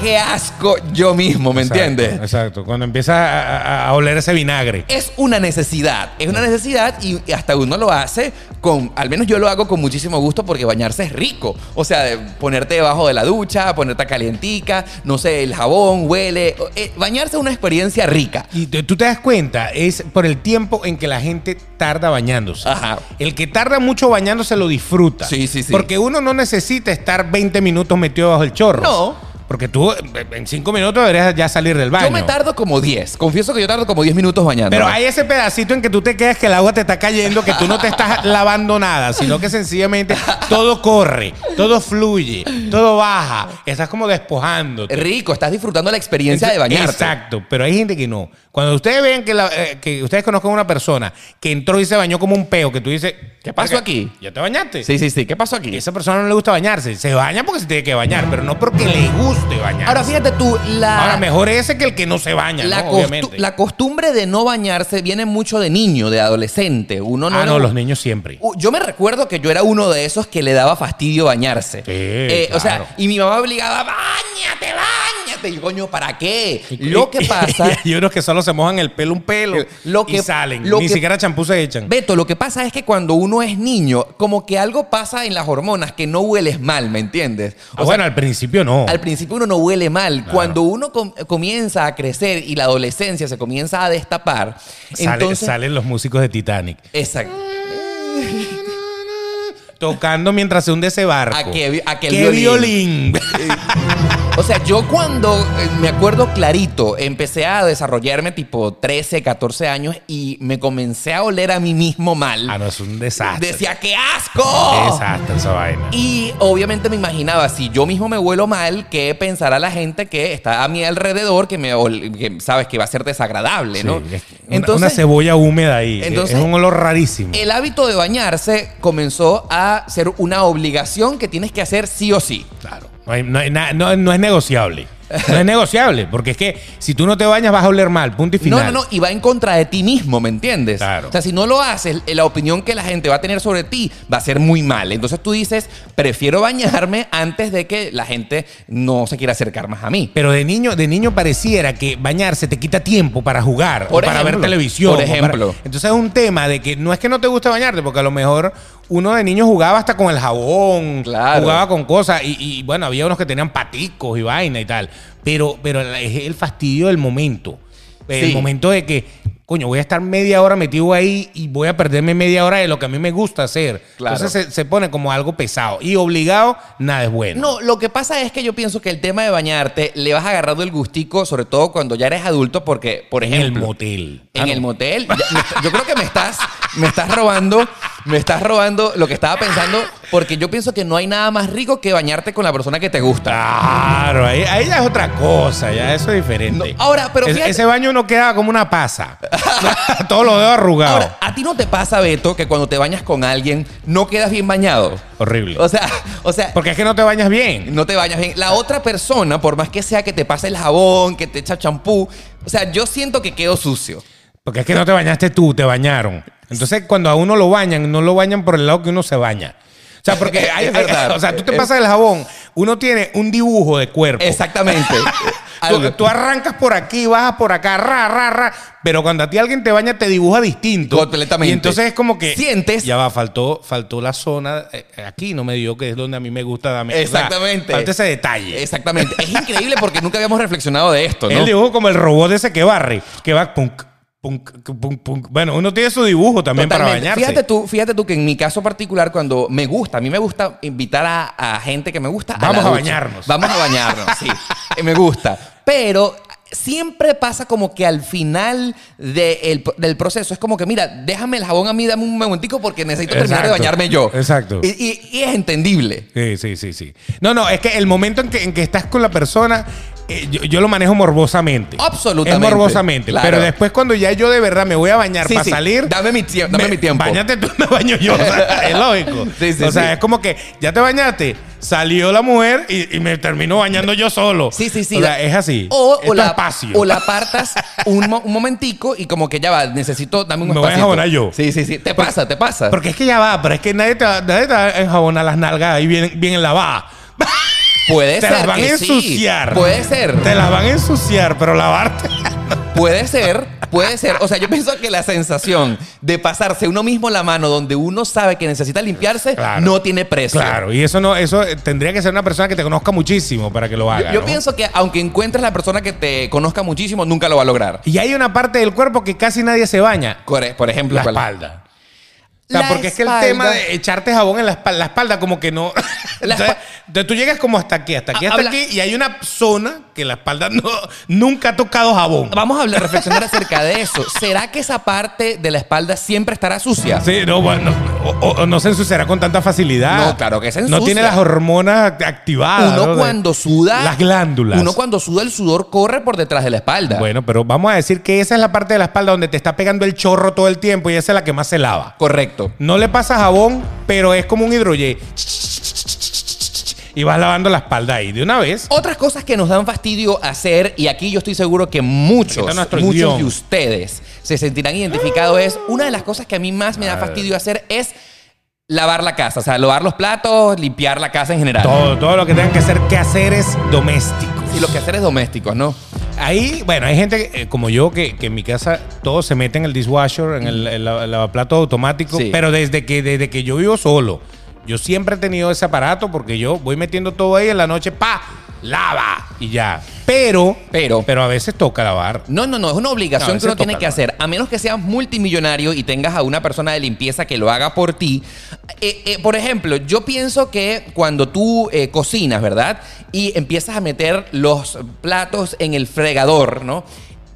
A: qué asco yo mismo, ¿me
B: Exacto,
A: entiendes?
B: Exacto. Cuando empieza a, a- a oler ese vinagre.
A: es una necesidad, es una necesidad y hasta uno lo hace con, al menos yo lo hago con muchísimo gusto porque bañarse es rico. O sea, de ponerte debajo de la ducha, ponerte calientica, no sé, el jabón huele. Eh, bañarse es una experiencia rica.
B: Y te- tú te das cuenta, es por el tiempo en que la gente tarda bañándose.
A: Ajá.
B: El que tarda mucho bañándose lo disfruta.
A: Sí, sí, sí.
B: Porque uno no necesita estar 20 minutos metido bajo el chorro.
A: No.
B: Porque tú eh, en 5 minutos deberías ya salir del baño.
A: Yo me tardo como 10, confieso que yo tardo como 10 minutos bañando.
B: Pero hay ese pedacito en que tú te quedas que el agua te está cayendo, que tú no te estás *laughs* lavando nada, sino que sencillamente todo corre, todo fluye, todo baja. Estás como despojando.
A: Rico, estás disfrutando la experiencia de bañarte.
B: Exacto, pero hay gente que no. Cuando ustedes vean que, la- eh, que ustedes conozcan a una persona que entró y se bañó como un peo, que tú dices,
A: ¿Qué pasó aquí?
B: ¿Ya te bañaste?
A: Sí, sí, sí. ¿Qué pasó aquí?
B: Y esa persona no le gusta bañarse. Se baña porque se tiene que bañar, pero no porque le guste bañarse.
A: Ahora
B: Ahora,
A: fíjate tú, la...
B: mejor ese que el que no se baña,
A: La,
B: ¿no?
A: costu-
B: obviamente.
A: la costumbre de no bañarse viene mucho de niño, de adolescente. Uno no
B: ah,
A: le-
B: no, los niños siempre.
A: Uh, Yo me recuerdo que yo era uno de esos que le daba fastidio bañarse. Eh,
B: Sí,
A: O
B: claro.
A: sea, y mi mamá obligaba, bañate, bañate. Y yo, coño, ¿para qué? Lo que pasa, Eh,
B: y *laughs* hay unos que solo se mojan el pelo un pelo
A: Lo que-
B: y salen.
A: lo
B: Ni
A: que-
B: siquiera champú se echan.
A: Beto, lo que pasa es que cuando uno es niño, como que algo pasa en las hormonas que no hueles mal, ¿me entiendes? O
B: Ah,
A: sea,
B: bueno, al principio no.
A: Al principio uno no huele mal. Cuando uno com- comienza a crecer y la adolescencia se comienza a destapar,
B: Sale-
A: entonces...
B: salen los músicos de Titanic.
A: Exacto.
B: Tocando mientras se hunde ese barco.
A: ¿A qué- a qué
B: ¿Qué
A: violín?
B: violín?
A: O sea, yo cuando eh, me acuerdo clarito, empecé a desarrollarme tipo 13, 14 años y me comencé a oler a mí mismo mal.
B: ah, no, es un desastre.
A: Decía, ¡qué asco!
B: Desastre esa vaina.
A: Y obviamente me imaginaba, si yo mismo me vuelo mal, ¿qué pensará la gente que está a mi alrededor, que me, ol- que, sabes, que va a ser desagradable,
B: Sí,
A: ¿no?
B: es que una- una, cebolla húmeda ahí.
A: entonces-
B: es un olor rarísimo.
A: El hábito de bañarse comenzó a ser una obligación que tienes que hacer sí o sí.
B: claro. No, hay- no hay na- no- no es negociable. No es negociable, porque es que si tú no te bañas vas a oler mal, punto y
A: *laughs* No,
B: final.
A: no, no, y va en contra de ti mismo, ¿me entiendes?
B: Claro.
A: O sea, si no lo haces, eh, la opinión que la gente va a tener sobre ti va a ser muy mal. Entonces tú dices, prefiero bañarme antes de que la gente no se quiera acercar más a mí.
B: Pero de niño, de niño pareciera que bañarse te quita tiempo para jugar
A: Por
B: o para
A: ejemplo,
B: ver televisión.
A: por
B: o para-
A: ejemplo.
B: Entonces es un tema de que no es que no te guste bañarte, porque a lo mejor uno de niño jugaba hasta con el jabón,
A: Claro.
B: jugaba con cosas, y, y, bueno, había unos que tenían paticos y vaina y tal. Pero, pero es el fastidio del momento. El
A: Sí.
B: momento de que, coño, voy a estar media hora metido ahí y voy a perderme media hora de lo que a mí me gusta hacer.
A: Claro.
B: Entonces se, se pone como algo pesado. Y obligado, nada es bueno.
A: No, lo que pasa es que yo pienso que el tema de bañarte le vas agarrando el gustico, sobre todo cuando ya eres adulto, porque, por
B: en el
A: ejemplo,
B: motel.
A: en
B: Ah,
A: el
B: no.
A: motel, ya- me está- yo creo que me estás, me estás robando, me estás robando lo que estaba pensando, porque yo pienso que no hay nada más rico que bañarte con la persona que te gusta.
B: Claro, ahí, ahí ya es otra cosa, ya eso es diferente.
A: No, ahora, pero
B: Es-
A: fíjate-
B: ese baño uno queda como una
A: *laughs*
B: pasa. Todo lo dedos arrugados.
A: Ahora, ¿a ti no te pasa, Beto, que cuando te bañas con alguien no quedas bien bañado?
B: Horrible.
A: O sea, *laughs* o sea,
B: Porque es que no te bañas bien.
A: no te bañas bien. La otra persona, por más que sea que te pase el jabón, que te echa champú, o sea, yo siento que quedo sucio.
B: Porque es que no te bañaste tú, te bañaron. Entonces, cuando a uno lo bañan, no lo bañan por el lado que uno se baña. O sea, porque
A: *laughs*
B: hay,
A: Es verdad.
B: hay- o sea, tú te
A: Es-
B: pasas el jabón, uno tiene un dibujo de cuerpo.
A: Exactamente.
B: *laughs* Tú,
A: Algo.
B: tú arrancas por aquí, bajas por acá, ra, ra, ra. Pero cuando a ti alguien te baña, te dibuja distinto.
A: Completamente.
B: Y entonces es como que.
A: Sientes-
B: Ya va, faltó, faltó la zona. eh, aquí no me dio que es donde a mí me gusta darme.
A: Exactamente.
B: O sea, falta ese detalle.
A: Exactamente. Es increíble porque nunca habíamos reflexionado de esto, ¿no?
B: Él dibujo como el robot ese que barre, que va punk, Punk, punk, punk. Bueno, uno tiene su dibujo también para
A: Totalmente.
B: bañarse.
A: Fíjate tú, fíjate tú que en mi caso particular, cuando me gusta, a mí me gusta invitar a, a gente que me gusta. la
B: Vamos a
A: ducha.
B: bañarnos.
A: Vamos a bañarnos,
B: *laughs*
A: sí. Eh, Me gusta. Pero siempre pasa como que al final de el- del proceso es como que, mira, déjame el jabón a mí, dame un momentico porque necesito terminar de
B: Exacto.
A: bañarme yo.
B: Exacto.
A: Y, y- y es entendible.
B: Sí, sí, sí, sí. No, no, es que el momento en que, en que estás con la persona, eh, yo, yo lo manejo morbosamente.
A: Absolutamente.
B: Es morbosamente.
A: Claro.
B: Pero después cuando ya yo de verdad me voy a bañar
A: Sí,
B: para
A: sí.
B: salir...
A: Dame mi tie- dame mi tiempo.
B: Bañate tú, me *laughs* baño yo. O sea, es lógico.
A: *laughs* Sí, sí,
B: o sea,
A: sí.
B: es como que ya te bañaste, salió la mujer y, y me termino bañando yo solo.
A: Sí, sí, sí.
B: O sea,
A: Da-
B: es así.
A: O,
B: Es
A: o
B: tu
A: la,
B: espacio.
A: o la apartas un, mo- un momentico y como que ya va, necesito, dame un
B: Me voy a
A: espacito.
B: enjabonar yo.
A: Sí, sí, sí. Te pasa, te pasa.
B: Porque es que ya va, pero es que nadie te va, nadie te va a enjabonar las nalgas ahí bien, bien lavadas.
A: Puede
B: Te
A: ser.
B: las van a
A: que sí.
B: ensuciar.
A: Puede ser.
B: Te las van a ensuciar, pero lavarte.
A: Puede ser. Puede ser. O sea, yo pienso que la sensación de pasarse uno mismo la mano donde uno sabe que necesita limpiarse
B: Claro.
A: no tiene precio.
B: Claro, y eso no, eso eh, tendría que ser una persona que te conozca muchísimo para que lo haga.
A: Yo
B: ¿no?
A: pienso que aunque encuentres la persona que te conozca muchísimo, nunca lo va a lograr.
B: Y hay una parte del cuerpo que casi nadie se baña.
A: Core- Por ejemplo,
B: La
A: ¿cuál?
B: espalda. O sea,
A: La
B: porque es que el tema de echarte jabón en la espalda, la espalda como que no. *laughs*
A: La
B: Entonces,
A: espa-
B: entonces tú llegas como hasta aquí, hasta aquí,
A: Ha-
B: hasta
A: habla-
B: aquí, y hay una zona que la espalda no, nunca ha tocado jabón.
A: Vamos a hablar, reflexionar acerca de eso. ¿Será que esa parte de la espalda siempre estará sucia?
B: Sí, no, bueno, o, o- o no se ensuciará con tanta facilidad.
A: No, claro que se
B: No
A: ensucia.
B: tiene las hormonas act- activadas.
A: Uno
B: ¿no? De-
A: cuando suda.
B: Las glándulas.
A: Uno cuando suda, el sudor corre por detrás de la espalda.
B: Bueno, pero vamos a decir que esa es la parte de la espalda donde te está pegando el chorro todo el tiempo y esa es la que más se lava.
A: Correcto.
B: No le pasa jabón, pero es como un hidroyé. Y vas lavando la espalda ahí de una vez.
A: Otras cosas que nos dan fastidio hacer, y aquí yo estoy seguro que muchos,
B: Aquí está nuestro
A: muchos
B: guión.
A: de ustedes se sentirán identificados, es una de las cosas que a mí más me da fastidio hacer es lavar la casa, o sea, lavar los platos, limpiar la casa en general.
B: Todo, todo lo que tengan que hacer quehaceres domésticos.
A: Y los quehaceres domésticos, ¿no?
B: Ahí, bueno, hay gente eh, como yo que, que en mi casa todo se mete en el dishwasher, en el, el lava- lavaplato automático,
A: Sí.
B: pero desde que, desde que yo vivo solo, yo siempre he tenido ese aparato porque yo voy metiendo todo ahí en la noche, ¡pa! ¡Lava! Y ya. Pero,
A: Pero-
B: pero a veces toca lavar.
A: No, no, no, es una
B: No,
A: obligación
B: ese
A: que uno
B: es
A: tiene
B: total,
A: que
B: ¿no?
A: hacer. A menos que seas multimillonario y tengas a una persona de limpieza que lo haga por ti. Eh, eh, por ejemplo, yo pienso que cuando tú eh, cocinas, ¿verdad? Y empiezas a meter los platos en el fregador, ¿no?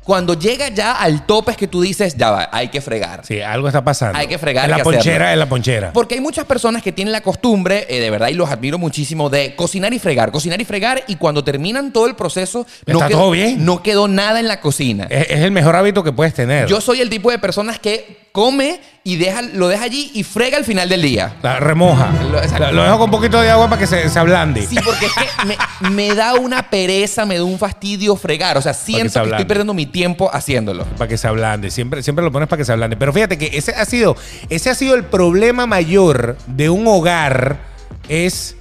A: Cuando llega ya al tope es que tú dices, ya va, hay que fregar.
B: Sí, algo está pasando.
A: Hay que fregar,
B: En
A: hay que
B: la ponchera,
A: hacerlo.
B: en la ponchera.
A: Porque hay muchas personas que tienen la costumbre, eh, de verdad, y los admiro muchísimo, de cocinar y fregar, cocinar y fregar, y cuando terminan todo el proceso,
B: Está
A: quedó,
B: todo bien.
A: no quedó nada en la cocina.
B: Es, es el mejor hábito que puedes tener.
A: Yo soy el tipo de personas que come y deja, lo deja allí y frega al final del día.
B: La remoja.
A: Lo- exacto.
B: Lo, dejo con un poquito de agua para que se, se ablande.
A: Sí, porque es que me, me da una pereza, me da un fastidio fregar. O sea, siento que
B: hablando.
A: estoy perdiendo mi tiempo haciéndolo.
B: Para que se ablande. Siempre, siempre lo pones para que se ablande. Pero fíjate que ese ha sido, ese ha sido el problema mayor de un hogar. Es.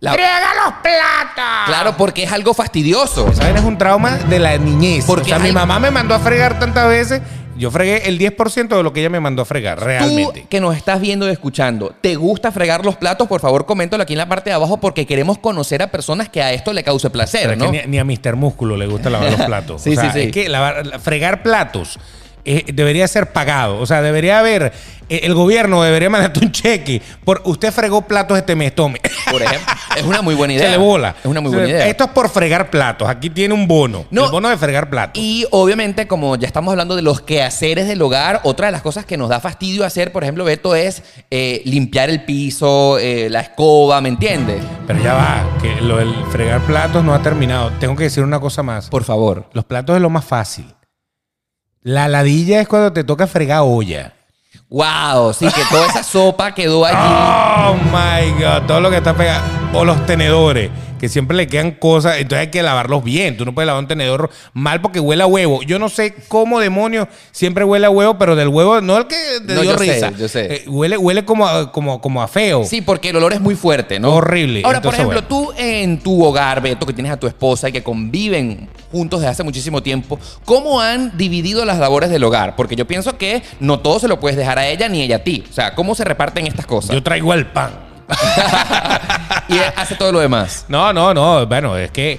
A: La-
B: ¡Friega los platos!
A: Claro, porque es algo fastidioso.
B: Saben, es un trauma de la niñez.
A: Porque
B: o sea,
A: hay-
B: mi mamá me mandó a fregar tantas veces. Yo fregué el 10% de lo que ella me mandó a fregar, realmente.
A: Tú que nos estás viendo y escuchando, ¿te gusta fregar los platos? Por favor, coméntalo aquí en la parte de abajo porque queremos conocer a personas que a esto le cause
B: Pero
A: placer,
B: es
A: ¿no?
B: que ni, ni a Mr. Músculo le gusta lavar los
A: *laughs*
B: platos.
A: Sí,
B: o sea,
A: sí, sí.
B: Es que lavar- la- fregar platos eh, debería ser pagado. O sea, debería haber. eh, el gobierno debería mandarte un cheque por. Usted fregó platos este mes, tome.
A: Por ejemplo, es una muy buena idea.
B: *laughs* Se le bola.
A: Es una muy
B: Se
A: buena
B: le-
A: idea.
B: Esto es por fregar platos. Aquí tiene un bono.
A: No.
B: El bono de fregar platos.
A: Y obviamente, como ya estamos hablando de los quehaceres del hogar, otra de las cosas que nos da fastidio hacer, por ejemplo, Beto, es eh, limpiar el piso, eh, la escoba, ¿me entiendes?
B: Pero ya va, que lo del fregar platos no ha terminado. Tengo que decir una cosa más.
A: Por favor.
B: Los platos es lo más fácil. La ladilla es cuando te toca fregar olla.
A: ¡Wow! Sí, que toda esa sopa quedó allí.
B: Oh my God, todo lo que está pegado. O los tenedores, que siempre le quedan cosas. Entonces hay que lavarlos bien. Tú no puedes lavar un tenedor mal porque huele a huevo. Yo no sé cómo demonios siempre huele a huevo, pero del huevo, no el que te
A: No,
B: dio
A: yo sé,
B: risa.
A: yo sé.
B: Eh, huele huele como, a, como, como a feo.
A: Sí, porque el olor es muy fuerte, ¿no?
B: Horrible.
A: Ahora,
B: Entonces,
A: por ejemplo, tú en tu hogar, Beto, que tienes a tu esposa y que conviven juntos desde hace muchísimo tiempo, ¿cómo han dividido las labores del hogar? Porque yo pienso que no todo se lo puedes dejar a ella ni ella a ti. O sea, ¿cómo se reparten estas cosas?
B: Yo traigo el pan.
A: y hace todo lo demás.
B: No, no, no. Bueno, es que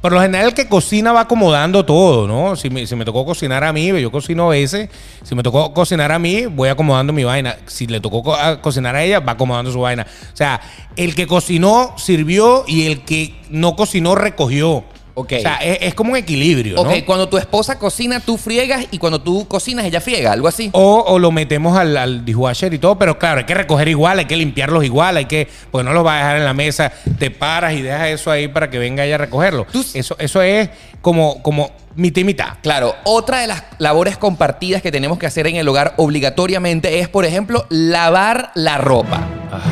B: Por lo general, el que cocina va acomodando todo, ¿no? Si me, si me tocó cocinar a mí, yo cocino ese. Si me tocó cocinar a mí, voy acomodando mi vaina. Si le tocó co- a- cocinar a ella, va acomodando su vaina. O sea, el que cocinó sirvió y el que no cocinó recogió.
A: Ok.
B: O sea, es, es como un equilibrio,
A: Ok,
B: ¿no?
A: cuando tu esposa cocina, tú friegas y cuando tú cocinas, ella friega, algo así.
B: O, o lo metemos al, al dishwasher y todo, pero claro, hay que recoger igual, hay que limpiarlos igual, hay que, porque no los vas a dejar en la mesa, te paras y dejas eso ahí para que venga ella a recogerlo.
A: Tú-
B: Eso, eso es como, como mitad y mitad.
A: Claro, otra de las labores compartidas que tenemos que hacer en el hogar obligatoriamente es, por ejemplo, lavar la ropa.
B: Ah,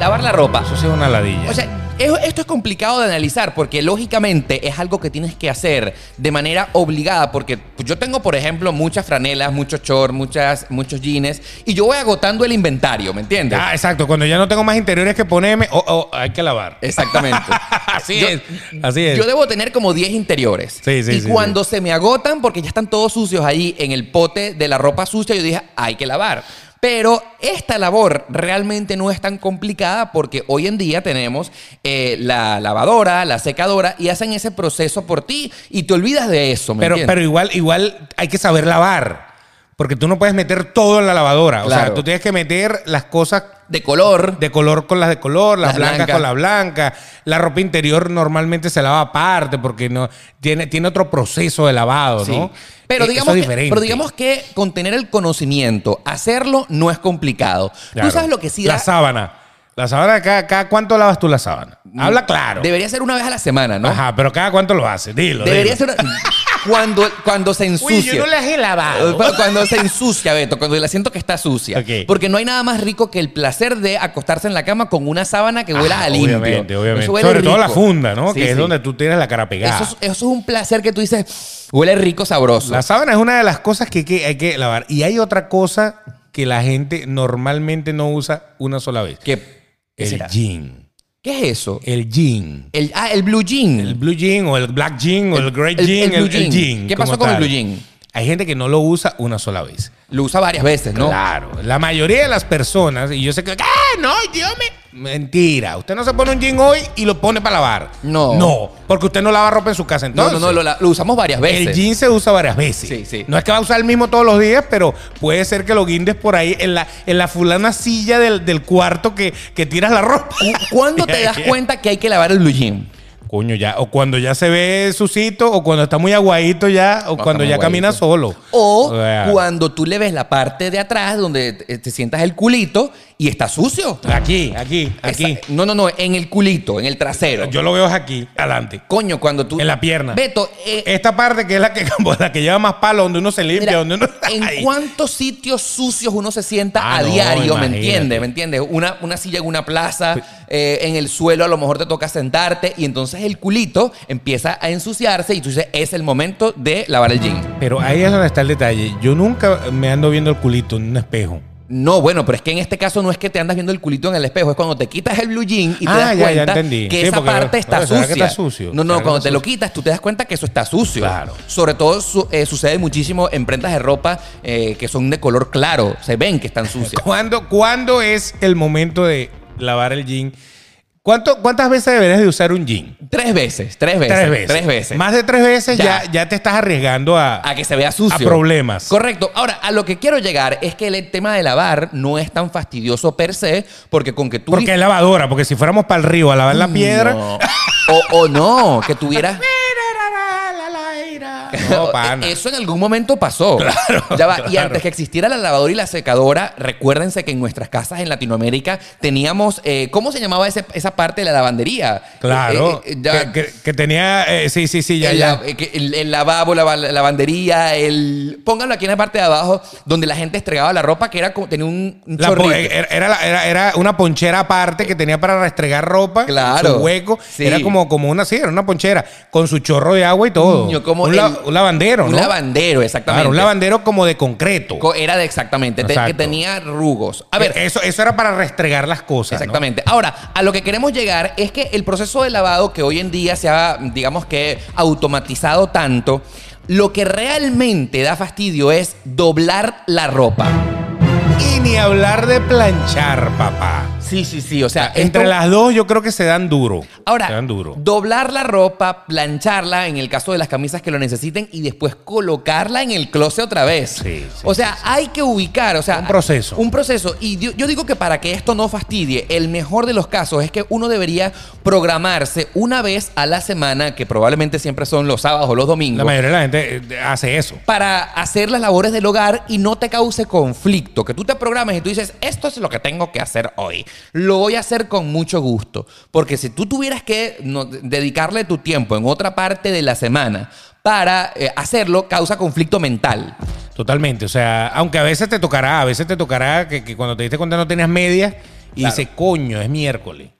A: Lavar la ropa.
B: Eso sí es una ladilla.
A: O sea, es- esto es complicado de analizar porque lógicamente es algo que tienes que hacer de manera obligada porque yo tengo, por ejemplo, muchas franelas, muchos shorts, muchas, muchos jeans y yo voy agotando el inventario, ¿me entiendes?
B: ah, exacto. Cuando ya no tengo más interiores que ponerme, oh, oh, hay que lavar.
A: Exactamente.
B: *laughs* Así
A: Yo-
B: es. Así es.
A: Yo debo tener como 10 interiores.
B: Sí, sí,
A: y
B: sí,
A: cuando se me agotan, porque ya están todos sucios ahí en el pote de la ropa sucia, yo dije, hay que lavar. Pero esta labor realmente no es tan complicada porque hoy en día tenemos eh, la lavadora, la secadora y hacen ese proceso por ti y te olvidas de eso, ¿me
B: pero,
A: entiendes?
B: pero igual, igual hay que saber lavar. Porque tú no puedes meter todo en la lavadora. O
A: Claro.
B: sea, tú tienes que meter las cosas
A: de color.
B: de color con las de color, las,
A: Las
B: blancas,
A: blancas.
B: con las blancas. La ropa interior normalmente se lava aparte porque no tiene, tiene otro proceso de lavado,
A: Sí.
B: ¿no?
A: Pero
B: Eh,
A: digamos,
B: eso es
A: que,
B: diferente.
A: pero digamos que con tener el conocimiento, hacerlo no es complicado.
B: Claro.
A: Tú sabes lo que sí
B: La
A: da-
B: sábana. La sábana, cada, cada cuánto lavas tú la sábana?
A: Mm,
B: Habla claro.
A: Debería ser una vez a la semana, ¿no?
B: Ajá, pero cada cuánto lo haces. Dilo.
A: Debería
B: dilo.
A: ser una- cuando, cuando se ensucia.
B: Uy, yo no las he lavado.
A: Pero Cuando se ensucia, Beto, cuando la siento que está sucia.
B: Ok.
A: Porque no hay nada más rico que el placer de acostarse en la cama con una sábana que Pues, huela
B: Ah,
A: a limpio.
B: Obviamente,
A: Eso
B: obviamente.
A: huele
B: Sobre todo la
A: rico.
B: funda, ¿no?
A: Sí,
B: que es
A: sí.
B: donde tú tienes la cara pegada.
A: Eso es, eso es un placer que tú dices, huele rico, sabroso.
B: La sábana es una de las cosas que, que hay que lavar. Y hay otra cosa que la gente normalmente no usa una sola vez.
A: ¿Qué, qué
B: El
A: será?
B: jean.
A: ¿Qué es eso?
B: El jean.
A: El, ah, el blue jean.
B: El blue jean o el black jean o el, grey
A: el-
B: jean.
A: el
B: El,
A: blue
B: el
A: jean.
B: jean,
A: ¿Qué pasó
B: como
A: con el
B: tal.
A: blue jean?
B: Hay gente que no lo usa una sola vez.
A: Lo usa varias veces, ¿no?
B: Claro. La mayoría de las personas, y yo sé que, ¡ah, no, yo me... Mentira. Usted no se pone un jean hoy y lo pone para lavar.
A: No.
B: No, porque usted no lava ropa en su casa
A: no,
B: entonces.
A: no, no, lo, la- lo usamos varias veces.
B: El jean se usa varias veces.
A: Sí, sí.
B: No es que va a usar el mismo todos los días, pero puede ser que lo guindes por ahí en la, en la fulana silla del, del cuarto que, que tiras la ropa.
A: ¿Cuándo te
B: *laughs*
A: das cuenta que hay que lavar el blue jean?
B: Coño, ya. O cuando ya se ve sucito, o cuando está muy aguadito ya, o
A: está
B: cuando
A: muy
B: ya camina
A: aguadito.
B: solo.
A: O
B: sea,
A: cuando tú le ves la parte de atrás donde te, te sientas el culito y está sucio.
B: Aquí, aquí, aquí.
A: Esa- no, no, no, en el culito, en el trasero.
B: Yo lo veo es aquí, adelante.
A: Coño, cuando tú.
B: En la pierna.
A: Beto, eh,
B: Esta parte que es la que, *laughs* como la que lleva más palo, donde uno se limpia,
A: mira,
B: donde uno. Ay. *laughs*
A: ¿en cuántos sitios sucios uno se sienta
B: Ah,
A: a
B: no,
A: diario? ¿Me
B: imagínate.
A: entiendes? ¿Me entiendes? Una, una silla en una plaza, eh, en el suelo a lo mejor te toca sentarte y entonces el culito empieza a ensuciarse y tú dices, es el momento de lavar el jean.
B: Pero ahí es donde está el detalle. Yo nunca me ando viendo el culito en un espejo.
A: No, bueno, pero es que en este caso no es que te andas viendo el culito en el espejo, es cuando te quitas el blue jean y te
B: Ah,
A: das
B: ya, ya
A: cuenta
B: entendí.
A: que
B: Sí,
A: esa
B: porque,
A: parte está
B: claro,
A: sucia.
B: ¿será que está sucio?
A: No, no,
B: ¿Será que
A: cuando
B: está
A: te lo
B: sucio?
A: quitas, tú te das cuenta que eso está sucio.
B: Claro.
A: Sobre todo su- eh, sucede muchísimo en prendas de ropa eh, que son de color claro, se ven que están sucias.
B: ¿Cuándo, cuándo es el momento de lavar el jean? ¿Cuánto, ¿Cuántas veces deberías de usar un jean?
A: tres veces, tres veces.
B: Tres veces.
A: Tres veces.
B: Más de tres veces ya,
A: Ya.
B: ya te estás arriesgando a,
A: a que se vea sucio.
B: a problemas.
A: Correcto. Ahora, a lo que quiero llegar es que el tema de lavar no es tan fastidioso per se, porque con que tú...
B: Porque es lavadora, porque si fuéramos para el río a lavar la piedra.
A: *laughs* No. O, o no, que tuvieras...
B: *laughs*
A: *laughs*
B: No, pana.
A: E-, Eh, Eso en algún momento pasó. Ya va. Y
B: *laughs* claro.
A: antes que existiera la lavadora y la secadora, recuérdense que en nuestras casas en Latinoamérica teníamos, eh, ¿cómo se llamaba ese- esa parte de la lavandería?
B: Claro.
A: Eh, eh, eh, ya-
B: que, que- que tenía. eh, sí, sí, sí, ya,
A: el,
B: ya.
A: la- eh, que el- el lavabo, la, la lavandería, el... Pónganlo aquí en la parte de abajo, donde la gente estregaba la ropa, que era como, tenía un, un
B: La
A: chorrito.
B: po- eh, era, era la- era- era una ponchera aparte que tenía para restregar ropa.
A: Claro.
B: Su hueco.
A: Sí.
B: Era como, como una, sí, era una ponchera. Con su chorro de agua y todo.
A: Niño, como
B: un, la-
A: el-
B: un lavandero,
A: un
B: ¿no?
A: lavandero, exactamente.
B: Claro, un lavandero como de concreto.
A: Co- Era de exactamente, te- que
B: Exacto.
A: tenía rugos. A ver,
B: Eso, eso era para restregar las cosas. ¿no?
A: Exactamente. Ahora, a lo que queremos llegar es que el proceso de lavado que hoy en día se ha, digamos que, automatizado tanto, lo que realmente da fastidio es doblar la ropa.
B: Y ni hablar de planchar, papá.
A: Sí, sí, sí. O sea, esto-
B: Entre las dos yo creo que se dan duro. se
A: Ahora,
B: dan duro.
A: doblar la ropa, plancharla en el caso de las camisas que lo necesiten y después colocarla en el closet otra vez.
B: Sí, sí,
A: o sea, hay que ubicar, o sea,
B: Un proceso.
A: Un proceso. Y yo, yo digo que para que esto no fastidie, el mejor de los casos es que uno debería programarse una vez a la semana, que probablemente siempre son los sábados o los domingos.
B: La mayoría de la gente eh, hace eso.
A: para hacer las labores del hogar y no te cause conflicto. Que tú te programes y tú dices, esto es lo que tengo que hacer hoy. Lo voy a hacer con mucho gusto. Porque si tú tuvieras que no, dedicarle tu tiempo en otra parte de la semana para eh, hacerlo, causa conflicto mental. *laughs*
B: Totalmente. O sea, aunque a veces te tocará, a veces te tocará que, que cuando te diste cuenta no tenías medias y
A: Claro.
B: dices, coño, es miércoles.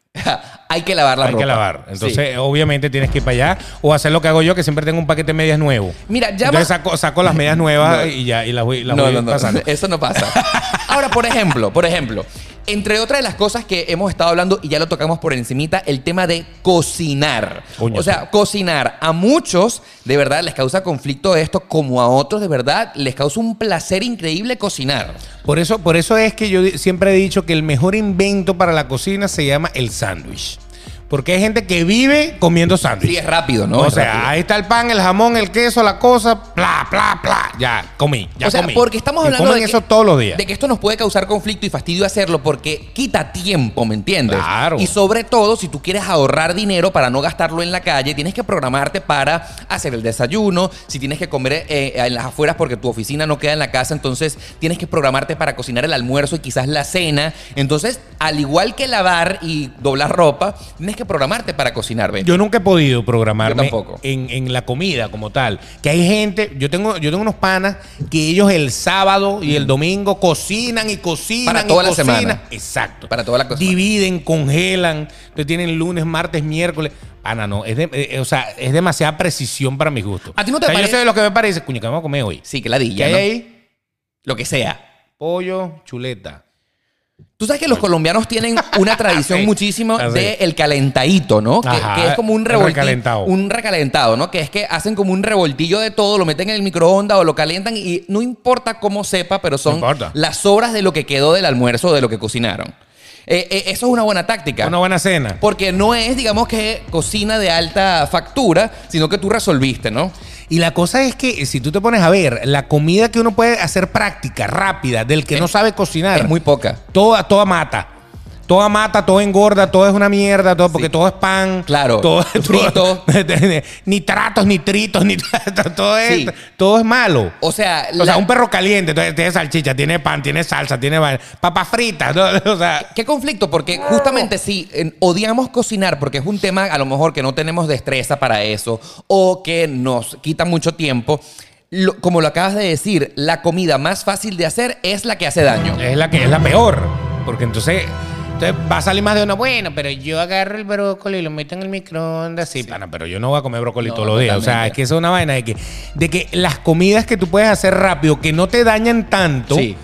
A: Hay que lavar la
B: Hay
A: ropa.
B: que lavar. Entonces,
A: Sí.
B: obviamente tienes que ir para allá o hacer lo que hago yo, que siempre tengo un paquete de medias nuevo.
A: Mira, ya
B: Entonces
A: va-
B: saco, saco las medias nuevas y ya, y las voy, las
A: no,
B: voy
A: no, no,
B: pasando.
A: *laughs* eso no pasa. Ahora, por ejemplo, por ejemplo, entre otras de las cosas que hemos estado hablando y ya lo tocamos por encimita, el tema de cocinar.
B: Coño,
A: o sea,
B: sí.
A: cocinar a muchos de verdad les causa conflicto esto, como a otros de verdad les causa un placer increíble cocinar.
B: Por eso, por eso es que yo di- siempre he dicho que el mejor invento para la cocina se llama el sándwich. Porque hay gente que vive comiendo sándwich.
A: Sí, es rápido, ¿no?
B: o
A: Es
B: sea,
A: rápido.
B: ahí está el pan, el jamón, el queso, la cosa, bla, bla, bla. Ya, comí, ya
A: o sea,
B: comí.
A: porque estamos
B: Y
A: hablando
B: comen
A: de
B: eso todos los días.
A: de que esto nos puede causar conflicto y fastidio hacerlo porque quita tiempo, ¿me entiendes?
B: Claro.
A: Y sobre todo, si tú quieres ahorrar dinero para no gastarlo en la calle, tienes que programarte para hacer el desayuno, si tienes que comer eh, en las afueras porque tu oficina no queda en la casa, entonces tienes que programarte para cocinar el almuerzo y quizás la cena. Entonces, al igual que lavar y doblar ropa, tienes que programarte para cocinar, ¿ves?
B: Yo nunca he podido
A: Yo
B: programarme
A: tampoco.
B: en, en la comida como tal. Que hay gente, yo tengo, yo tengo unos panas que ellos el sábado y el domingo cocinan y cocinan.
A: Para
B: y
A: toda la
B: cocinan.
A: semana.
B: Exacto.
A: Para toda la semana.
B: Dividen, congelan. Entonces tienen lunes, martes, miércoles. Pana, no. Es de- eh, o sea, es demasiada precisión para mis gustos.
A: ¿A ti no te
B: O sea,
A: parece-
B: Yo sé lo que me parece. Cuña, ¿qué vamos a comer hoy?
A: Sí, que la
B: ¿Qué hay ahí?
A: Lo que sea.
B: Pollo, chuleta.
A: Tú sabes que los colombianos tienen
B: *laughs*
A: una tradición
B: Sí,
A: muchísimo
B: así.
A: de el calentadito, ¿no? Que,
B: Ajá,
A: que es como un
B: el
A: revoltillo.
B: recalentado.
A: Un recalentado, ¿no? Que es que hacen como un revoltillo de todo, lo meten en el microondas o lo calientan y no importa cómo sepa, pero son
B: importa.
A: las sobras de lo que quedó del almuerzo, de lo que cocinaron. Eh, eh, eso es una buena táctica.
B: Una buena cena.
A: porque no es, digamos, que cocina de alta factura, sino que tú resolviste, ¿no?
B: Y la cosa es que eh, si tú te pones a ver, la comida que uno puede hacer práctica, rápida, del que no sabe cocinar,
A: Es muy poca.
B: toda, toda mata. Toda mata, todo engorda, todo es una mierda, todo, porque todo es pan.
A: Claro.
B: Todo, *laughs*
A: Frito.
B: todo- nitratos, nitritos, *laughs* nitratos, todo, es,
A: Sí.
B: todo es malo.
A: O sea,
B: o sea,
A: la-
B: un perro caliente, entonces tiene salchicha, tiene pan, tiene salsa, tiene va- papas fritas. *laughs* ¿no? O sea,
A: ¿Qué conflicto? Porque justamente si eh, odiamos cocinar porque es un tema a lo mejor que no tenemos destreza para eso o que nos quita mucho tiempo, lo- como lo acabas de decir, la comida más fácil de hacer es la que hace daño.
B: es la que es la peor. Porque entonces, entonces va a salir más de uno. Bueno, pero yo agarro el brócoli y lo meto en el microondas. Sí, pana, pero yo no voy a comer brócoli
A: No,
B: todos los días. O sea,
A: totalmente.
B: es que eso es una vaina de que, de que las comidas que tú puedes hacer rápido, que no te dañan tanto.
A: Sí.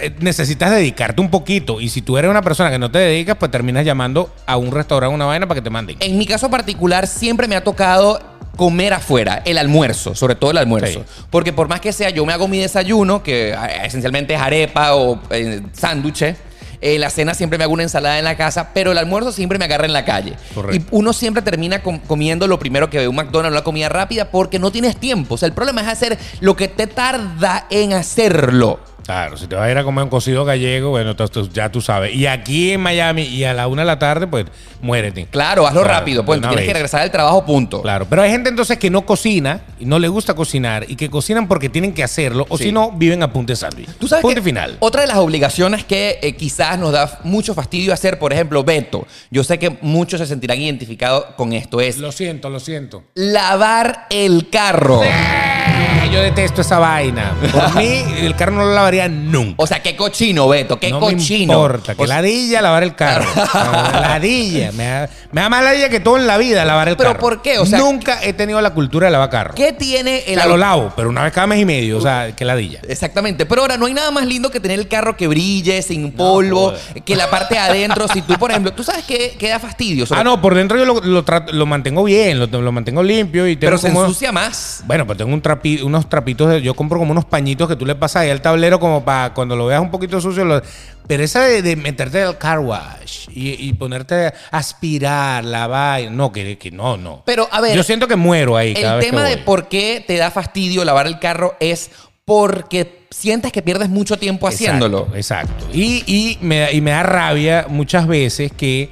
B: eh, Necesitas dedicarte un poquito. Y si tú eres una persona que no te dedicas, pues terminas llamando a un restaurante, una vaina para que te manden.
A: En mi caso particular siempre me ha tocado comer afuera, el almuerzo, sobre todo el almuerzo. Porque por más que sea, yo me hago mi desayuno, que eh, esencialmente es arepa o eh, sándwiches. Eh, la cena siempre me hago una ensalada en la casa, pero el almuerzo siempre me agarra en la calle.
B: Correcto.
A: Y uno siempre termina com- comiendo lo primero que ve un McDonald's, una comida rápida, porque no tienes tiempo. O sea, el problema es hacer lo que te tarda en hacerlo.
B: Claro, si te vas a ir a comer un cocido gallego, bueno, tú- tú- ya tú sabes. Y aquí en Miami, y a la una de la tarde, pues muérete.
A: Claro, hazlo
B: Claro,
A: rápido, pues
B: de una
A: tienes que
B: vez.
A: regresar al trabajo, punto.
B: Claro, pero hay gente entonces que no cocina y no le gusta cocinar y que cocinan porque tienen que hacerlo o
A: Sí.
B: si no viven a punta de sándwich.
A: Tú sabes
B: punto
A: que
B: y final.
A: Otra de las obligaciones que eh, quizás nos da mucho fastidio hacer, por ejemplo, Beto. Yo sé que muchos se sentirán identificados con esto. Es
B: Lo siento, lo siento.
A: lavar el carro.
B: Eh, yo detesto esa vaina. Por mí el carro no lo lavaría nunca.
A: O sea, qué cochino, Beto. Qué
B: no
A: cochino.
B: me importa. Que
A: O sea,
B: ladilla lavar
A: *laughs*
B: el carro. No, ladilla. Me da, me da más ladilla que todo en la vida lavar el
A: Pero
B: carro.
A: ¿por qué? O sea,
B: nunca he tenido la cultura de lavar carro.
A: ¿Qué tiene el
B: Ya
A: auto?
B: lo lavo, pero una vez cada mes y medio. O sea, que ladilla.
A: Exactamente, pero ahora no hay nada más lindo que tener el carro que brille, sin polvo,
B: joder.
A: que la parte de adentro, si tú, por ejemplo, tú sabes que, que da fastidio, sobre-
B: Ah, no, por dentro yo lo, lo trato- lo mantengo bien, lo, lo mantengo limpio y tengo
A: pero se
B: como-
A: ensucia más.
B: Bueno, pero tengo un trapi, unos unos trapitos, de- yo compro como unos pañitos que tú le pasas ahí al tablero como para cuando lo veas un poquito sucio. lo- pero esa de, de meterte al car wash y, y ponerte a aspirar, lavar, no, que, que no, no.
A: Pero, a ver,
B: yo siento que muero ahí. cada
A: El
B: vez
A: tema
B: que
A: de
B: voy.
A: por qué te da fastidio lavar el carro es porque sientes que pierdes mucho tiempo haciéndolo.
B: Exacto. exacto. Y, y me, da- y me da rabia muchas veces que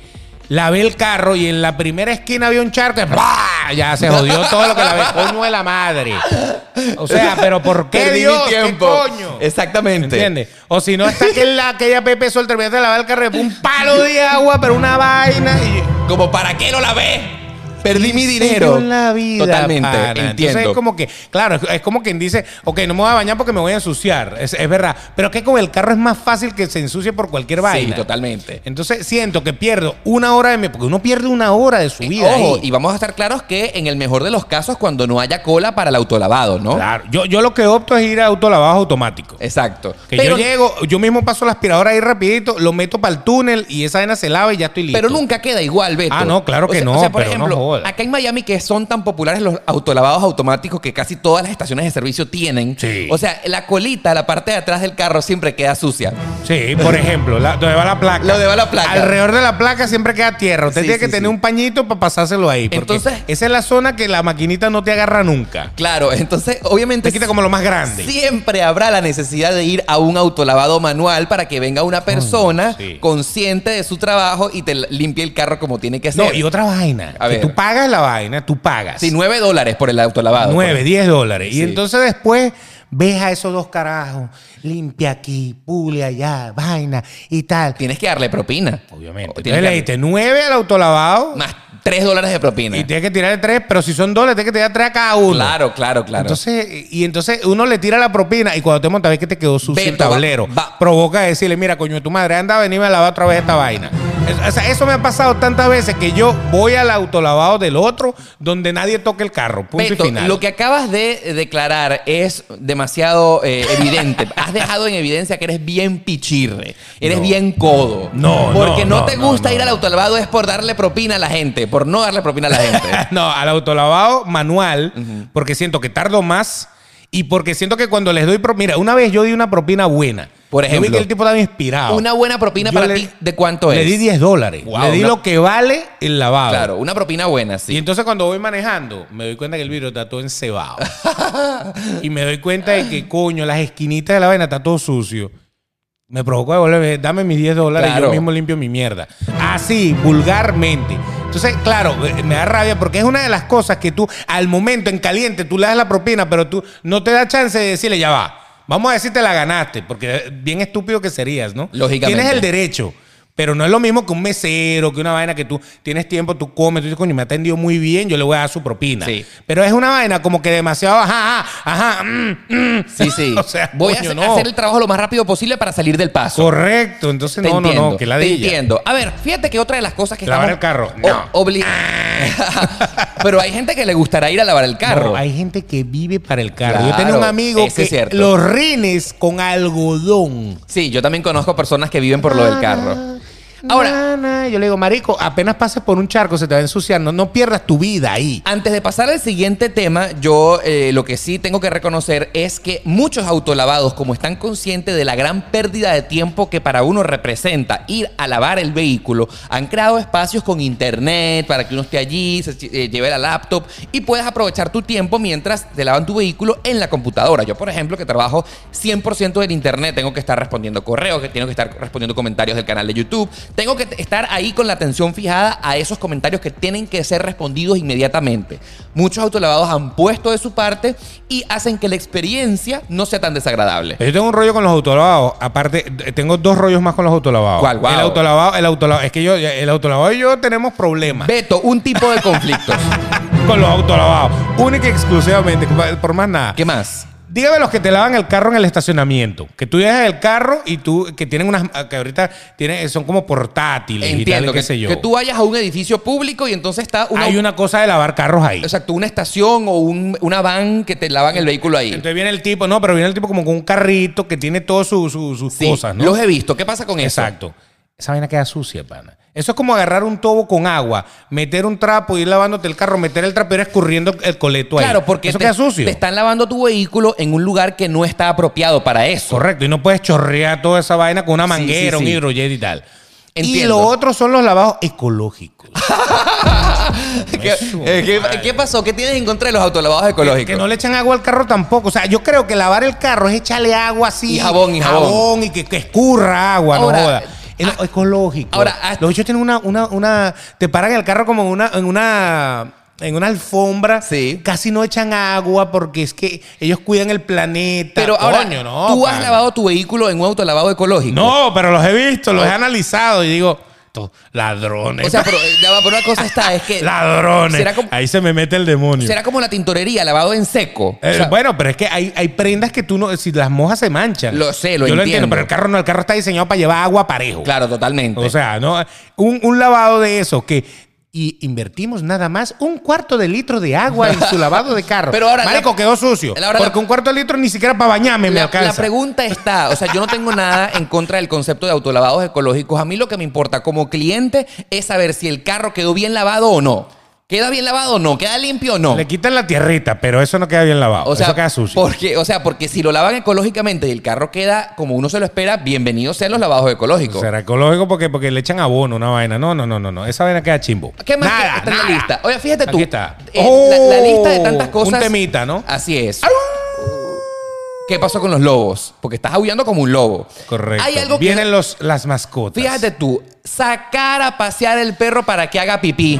B: lavé el carro y en la primera esquina había un charco. ¡bra! Ya se jodió todo lo que
A: *laughs*
B: lavé. Coño de la madre. O sea, pero ¿por qué
A: Perdí mi
B: Dios?
A: tiempo.
B: ¿Qué coño?
A: Exactamente.
B: ¿Entiendes? O si no, está aquella, aquella Pepe Sol, terminaste de lavar el carro y un palo de agua, pero una vaina. Y,
A: Como, ¿para qué lo lavé? Perdí mi
B: se dio
A: dinero.
B: la vida,
A: Totalmente,
B: pana. Entonces,
A: entiendo.
B: es como que, claro, es- es como quien dice, ok, no me voy a bañar porque me voy a ensuciar. Es, es verdad. Pero es que con el carro es más fácil que se ensucie por cualquier vaina.
A: totalmente.
B: Entonces siento que pierdo una hora de mi. Porque uno pierde una hora de su vida.
A: Eh, Ojo,
B: ahí.
A: y vamos a estar claros que en el mejor de los casos, cuando no haya cola para el autolavado, ¿no?
B: Claro. Yo, yo lo que opto es ir a autolavado automático.
A: Exacto.
B: Que
A: pero,
B: yo llego, yo mismo paso la aspiradora ahí rapidito, lo meto para el túnel y esa vaina se lava y ya estoy listo.
A: pero nunca queda igual, Beto.
B: Ah, no, claro
A: O
B: que
A: sea-
B: no,
A: O sea, por
B: pero no
A: ejemplo,
B: joda.
A: acá en Miami que son tan populares los autolavados automáticos que casi todas las estaciones de servicio tienen.
B: Sí.
A: O sea, la colita, la parte de atrás del carro siempre queda sucia.
B: Sí,
A: *laughs*
B: por ejemplo, la- donde va la placa.
A: Donde va la placa.
B: Alrededor de la placa siempre queda tierra. Usted
A: Sí,
B: tiene
A: sí,
B: que tener
A: sí.
B: un pañito para pasárselo ahí. porque
A: Entonces-
B: esa es la zona que la maquinita no te agarra nunca.
A: Claro, entonces, obviamente.
B: Te quita como lo más grande.
A: Siempre habrá la necesidad de ir a un autolavado manual para que venga una persona
B: Mm, sí.
A: consciente de su trabajo y te limpie el carro como tiene que ser.
B: No, y otra vaina.
A: A
B: que
A: ver.
B: tú pagas la vaina, tú pagas.
A: Sí, 9 dólares por el autolavado. Pues,
B: 9, 10 dólares.
A: Sí.
B: Y entonces después ves a esos dos carajos, limpia aquí, pule allá, vaina y tal.
A: Tienes que darle propina.
B: Obviamente.
A: O tienes Oh,
B: Entonces
A: que
B: le diste 9 al autolavado
A: darle más 3 dólares de propina.
B: y tienes que tirarle 3, pero si son dólares, tienes que tirar 3 a cada uno.
A: Claro, claro, claro.
B: Entonces, y entonces uno le tira la propina y cuando te montas ves que te quedó sucio el
A: Beto, va-
B: tablero.
A: va-
B: Provoca decirle, mira, coño, tu madre, anda, venime a lavar otra vez esta vaina. Es- o sea, eso me ha pasado tantas veces que yo voy al autolavado del otro donde nadie toque el carro. Punto
A: Beto,
B: y final.
A: lo que acabas de declarar es demasiado eh,
B: *laughs*
A: evidente. Has dejado en evidencia que eres bien pichirre, eres
B: No.
A: bien codo.
B: No, no,
A: Porque no,
B: no,
A: te
B: no,
A: gusta
B: no,
A: ir al
B: no.
A: autolavado es por darle propina a la gente, por no darle propina a la
B: *laughs*
A: gente.
B: *laughs* no, al autolavado manual, porque siento que tardo más y porque siento que cuando les doy propina. Mira, una vez yo di una propina buena.
A: Por
B: Yo vi
A: ejemplo.
B: que el tipo estaba inspirado.
A: Una buena propina
B: Yo
A: para
B: le-
A: ti, ¿de cuánto es?
B: Le di 10 dólares.
A: Wow,
B: le di
A: una-
B: lo que vale el lavado.
A: Claro, una propina buena,
B: Y
A: sí.
B: entonces cuando voy manejando, me doy cuenta que el vidrio está todo encebado. *laughs* y me doy cuenta de que, coño, las esquinitas de la vaina está todo sucio. Me provocó devolverme, dame mis 10 dólares y
A: Claro.
B: yo mismo limpio mi mierda. Así, vulgarmente. Entonces, claro, eh, me da rabia porque es una de las cosas que tú, al momento, en caliente, tú le das la propina, pero tú no te da chance de decirle, ya va. Vamos a decir te la ganaste, porque eh, bien estúpido que serías, ¿no?
A: Lógicamente.
B: Tienes el derecho. Pero no es lo mismo que un mesero, que una vaina que tú tienes tiempo, tú comes, tú dices, coño, me ha atendido muy bien, yo le voy a dar su propina.
A: Sí.
B: Pero es una vaina como que demasiado, ajá, ajá, ajá, mm, mm.
A: Sí, sí.
B: *laughs* o sea,
A: Voy a
B: coño,
A: hacer-
B: no.
A: hacer el trabajo lo más rápido posible para salir del paso.
B: Correcto, entonces
A: Te
B: no,
A: entiendo,
B: no, no, que
A: Te
B: ladilla.
A: entiendo. A ver, fíjate que otra de las cosas que
B: Lavar
A: estamos...
B: el carro,
A: o-
B: no. Ah.
A: obli- *laughs* Pero hay gente que le gustará ir a lavar el carro.
B: No, hay gente que vive para el carro. Yo tenía
A: Claro,
B: un amigo
A: eso
B: que
A: es cierto.
B: los rines con algodón.
A: Sí, yo también conozco personas que viven por lo del
B: Ah.
A: carro. Ahora,
B: Ahora, yo le digo, marico, apenas pases por un charco se te va a ensuciar, no, no pierdas tu vida ahí.
A: antes de pasar al siguiente tema, yo eh, lo que sí tengo que reconocer es que muchos autolavados, como están conscientes de la gran pérdida de tiempo que para uno representa ir a lavar el vehículo, han creado espacios con internet para que uno esté allí, se lle- eh, lleve la laptop y puedas aprovechar tu tiempo mientras te lavan tu vehículo en la computadora. Yo, por ejemplo, que trabajo 100% del internet, tengo que estar respondiendo correos, que tengo que estar respondiendo comentarios del canal de YouTube, tengo que estar ahí con la atención fijada a esos comentarios que tienen que ser respondidos inmediatamente. Muchos autolavados han puesto de su parte y hacen que la experiencia no sea tan desagradable.
B: Yo tengo un rollo con los autolavados. Aparte, eh, tengo dos rollos más con los autolavados.
A: ¿Cuál? Wow.
B: El autolavado, el autolavado. Es que yo, el autolavado y yo tenemos problemas
A: Beto, un tipo de
B: *laughs*
A: conflictos.
B: con los autolavados. Única y exclusivamente, compa- por más nada.
A: ¿Qué más?
B: Dígame los que te lavan el carro en el estacionamiento. Que tú dejas el carro y tú, que tienen unas, ah, que ahorita tienen, eh, son como portátiles y
A: Entiendo
B: tal,
A: que,
B: qué sé yo.
A: que tú vayas a un edificio público y entonces está una,
B: Hay una cosa de lavar carros ahí.
A: exacto, una estación o un- una van que te lavan el vehículo ahí.
B: Entonces viene el tipo, no, pero viene el tipo como con un carrito que tiene todas sus sus- sus
A: Sí,
B: cosas, ¿no?
A: Los he visto. ¿Qué pasa con eso?
B: Exacto. Esa vaina queda sucia, pana. Eso es como agarrar un tobo con agua, meter un trapo, ir lavándote el carro, meter el trapo y ir escurriendo el coleto ahí.
A: Claro, porque
B: eso
A: te,
B: queda sucio.
A: te están lavando tu vehículo en un lugar que no está apropiado para eso.
B: Correcto, y no puedes chorrear toda esa vaina con una
A: Sí, sí,
B: manguera,
A: sí.
B: un hidrojet y tal. Y
A: Entiendo.
B: lo otro son los lavados ecológicos.
A: *laughs* ¿Qué,
B: Eso,
A: eh, qué-
B: madre.
A: qué pasó? ¿Qué tienes en contra de los autolavados ecológicos?
B: Que no le echan agua al carro tampoco. O sea, yo creo que lavar el carro es echarle agua así.
A: Y jabón, y jabón.
B: y que, que escurra agua,
A: Ahora, ah,
B: no joda. Es lo ecológico.
A: ahora, ah-
B: los bichos tienen una, una, una. Te paran el carro como en una, en una. En una alfombra.
A: Sí.
B: Casi no echan agua porque es que ellos cuidan el planeta.
A: Pero ahora,
B: Coño, no,
A: ¿tú has
B: pana.
A: lavado tu vehículo en un autolavado ecológico?
B: No, pero los he visto, los he analizado y digo, estos ladrones.
A: Oh. O sea, pero, ya va, pero una cosa está, es que...
B: ladrones.
A: ¿Será como-
B: Ahí se me mete el demonio.
A: Será como la tintorería, lavado en seco.
B: Eh,
A: O sea,
B: bueno, pero es que hay, hay prendas que tú no, si las mojas se manchan.
A: Lo sé, lo
B: Yo lo
A: entiendo.
B: entiendo, pero el carro no, el carro está diseñado para llevar agua parejo.
A: Claro, totalmente.
B: O sea, no, un, un lavado de eso que y invertimos nada más un cuarto de litro de agua en
A: *laughs*
B: su lavado de carro.
A: Pero ahora la-
B: Marico, quedó sucio.
A: la- ahora la-
B: porque un cuarto de litro ni siquiera para bañarme me
A: la,
B: alcanza.
A: la pregunta está, o sea, yo no tengo nada en contra del concepto de autolavados ecológicos. A mí lo que me importa como cliente es saber si el carro quedó bien lavado o no. ¿Queda bien lavado o no? ¿Queda limpio o no?
B: Le quitan la tierrita, pero eso no queda bien lavado.
A: O sea,
B: eso queda sucio.
A: Porque, o sea, porque si lo lavan ecológicamente y el carro queda como uno se lo espera, bienvenidos sean los lavados ecológicos.
B: Será ecológico porque, porque le echan abono, una vaina. No, no, no, no, no. Esa vaina queda chimbo.
A: ¿Qué más
B: Nada,
A: que está en
B: nada.
A: la lista? Oye, fíjate tú.
B: Aquí está.
A: eh, la, la lista de
B: Oh,
A: tantas
B: un
A: cosas.
B: temita, ¿no?
A: Así es. ¿Qué pasó con los lobos? Porque estás aullando como un lobo.
B: Correcto.
A: Hay algo que.
B: Vienen los, las mascotas.
A: Fíjate tú, sacar a pasear el perro para que haga pipí.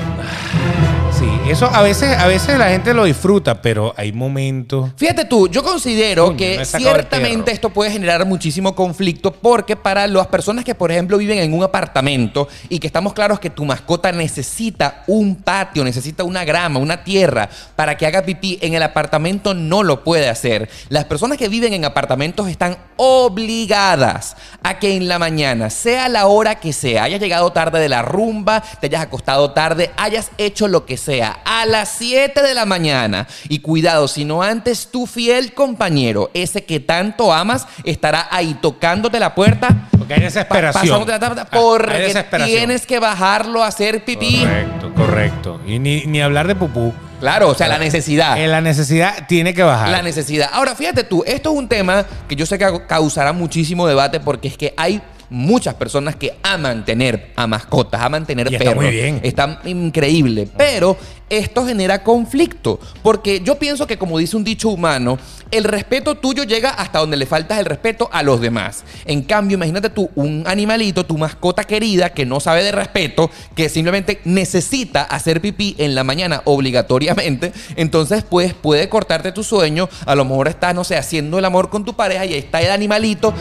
B: Sí, eso a veces, a veces la gente lo disfruta, pero hay momentos.
A: Fíjate tú, yo considero
B: Coño,
A: que
B: no he sacado el
A: ciertamente
B: perro.
A: esto puede generar muchísimo conflicto porque para las personas que, por ejemplo, viven en un apartamento y que estamos claros que tu mascota necesita un patio, necesita una grama, una tierra para que haga pipí, en el apartamento no lo puede hacer. Las personas que viven en apartamentos están obligadas a que en la mañana, sea la hora que sea, hayas llegado tarde de la rumba, te hayas acostado tarde, hayas hecho lo que sea, a las 7 de la mañana. Y cuidado, si no antes, tu fiel compañero, ese que tanto amas, estará ahí tocándote la puerta.
B: Porque hay desesperación.
A: pasándote la tarde,
B: Ah, hay
A: porque
B: desesperación.
A: tienes que bajarlo a hacer pipí.
B: Correcto, correcto. Y ni, ni hablar de pupú.
A: Claro, o sea, la necesidad.
B: Eh, la necesidad tiene que bajar.
A: La necesidad. Ahora, fíjate tú, esto es un tema que yo sé que causará muchísimo debate porque es que hay muchas personas que aman tener a mascotas, aman tener
B: Y está
A: perros.
B: muy bien.
A: Está increíble. Pero esto genera conflicto. Porque yo pienso que, como dice un dicho humano, el respeto tuyo llega hasta donde le faltas el respeto a los demás. En cambio, imagínate tú, un animalito, tu mascota querida, que no sabe de respeto, que simplemente necesita hacer pipí en la mañana obligatoriamente. Entonces, pues, puede cortarte tu sueño. A lo mejor estás, no sé, haciendo el amor con tu pareja y ahí está el animalito.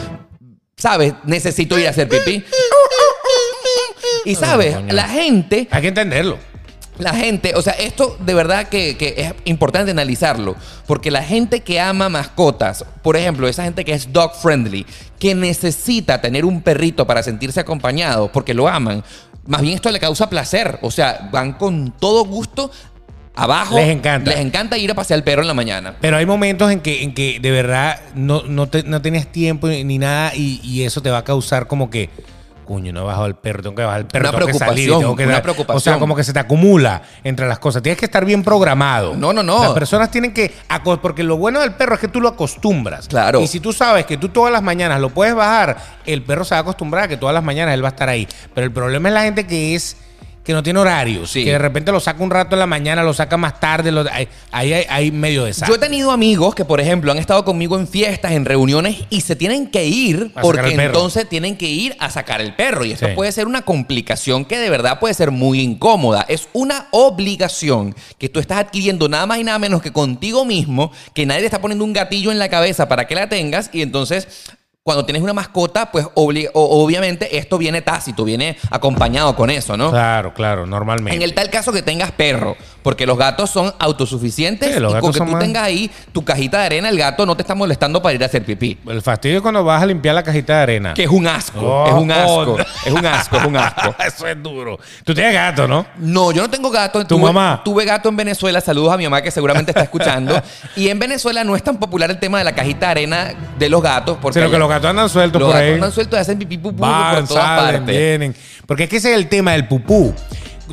A: ¿Sabes? Necesito ir a hacer pipí. Y sabes,
B: coño.
A: la gente
B: Hay que entenderlo.
A: la gente, o sea, esto de verdad que, que es importante analizarlo, porque la gente que ama mascotas, por ejemplo, esa gente que es dog friendly, que necesita tener un perrito para sentirse acompañado, porque lo aman, más bien esto le causa placer, o sea, van con todo gusto abajo.
B: Les encanta.
A: Les encanta ir a pasear al perro en la mañana.
B: Pero hay momentos en que, en que de verdad no, no, te- no tenías tiempo ni nada y, y eso te va a causar como que, coño, no he bajado el perro, tengo que bajar el perro,
A: Una
B: tengo que salir,
A: preocupación,
B: tengo que
A: una
B: dar- O
A: preocupación.
B: sea, como que se te acumula entre las cosas. Tienes que estar bien programado.
A: No, no, no.
B: Las personas tienen que, aco- porque lo bueno del perro es que tú lo acostumbras.
A: Claro.
B: Y si tú sabes que tú todas las mañanas lo puedes bajar, el perro se va a acostumbrar a que todas las mañanas él va a estar ahí. Pero el problema es la gente que es que no tiene horarios,
A: Sí.
B: que de repente lo saca un rato en la mañana, lo saca más tarde, lo- ahí ahí hay, hay medio desastre.
A: Yo he tenido amigos que, por ejemplo, han estado conmigo en fiestas, en reuniones y se tienen que ir
B: A
A: porque
B: sacar el perro.
A: entonces tienen que ir a sacar el perro. Y esto
B: Sí.
A: puede ser una complicación que de verdad puede ser muy incómoda. Es una obligación que tú estás adquiriendo nada más y nada menos que contigo mismo, que nadie te está poniendo un gatillo en la cabeza para que la tengas y entonces... Cuando tienes una mascota, pues obli- o- obviamente esto viene tácito, viene acompañado con eso, ¿no?
B: Claro, claro, normalmente.
A: En el tal caso que tengas perro, porque los gatos son autosuficientes
B: Sí, los
A: y con
B: gatos
A: que
B: son
A: tú
B: más-
A: tengas ahí tu cajita de arena, el gato no te está molestando para ir a hacer pipí.
B: El fastidio es cuando vas a limpiar la cajita de arena. *laughs*
A: Que es un asco,
B: Oh,
A: es un asco,
B: oh, no.
A: es un asco, Ah, es un
B: *laughs*
A: asco.
B: Eso es duro. Tú tienes gato, ¿no?
A: No, yo no tengo gato.
B: ¿Tu
A: Tuve-
B: mamá?
A: Tuve gato en Venezuela. Saludos a mi mamá que
B: *laughs*
A: seguramente está escuchando. y en Venezuela no es tan popular el tema de la cajita de arena de los gatos. Porque
B: Sino que
A: allá-
B: los gatos andan sueltos
A: Los
B: por ahí.
A: gatos andan sueltos y hacen pipí pupú por
B: Van,
A: todas
B: salen,
A: partes.
B: vienen. Porque es que ese es el tema del pupú.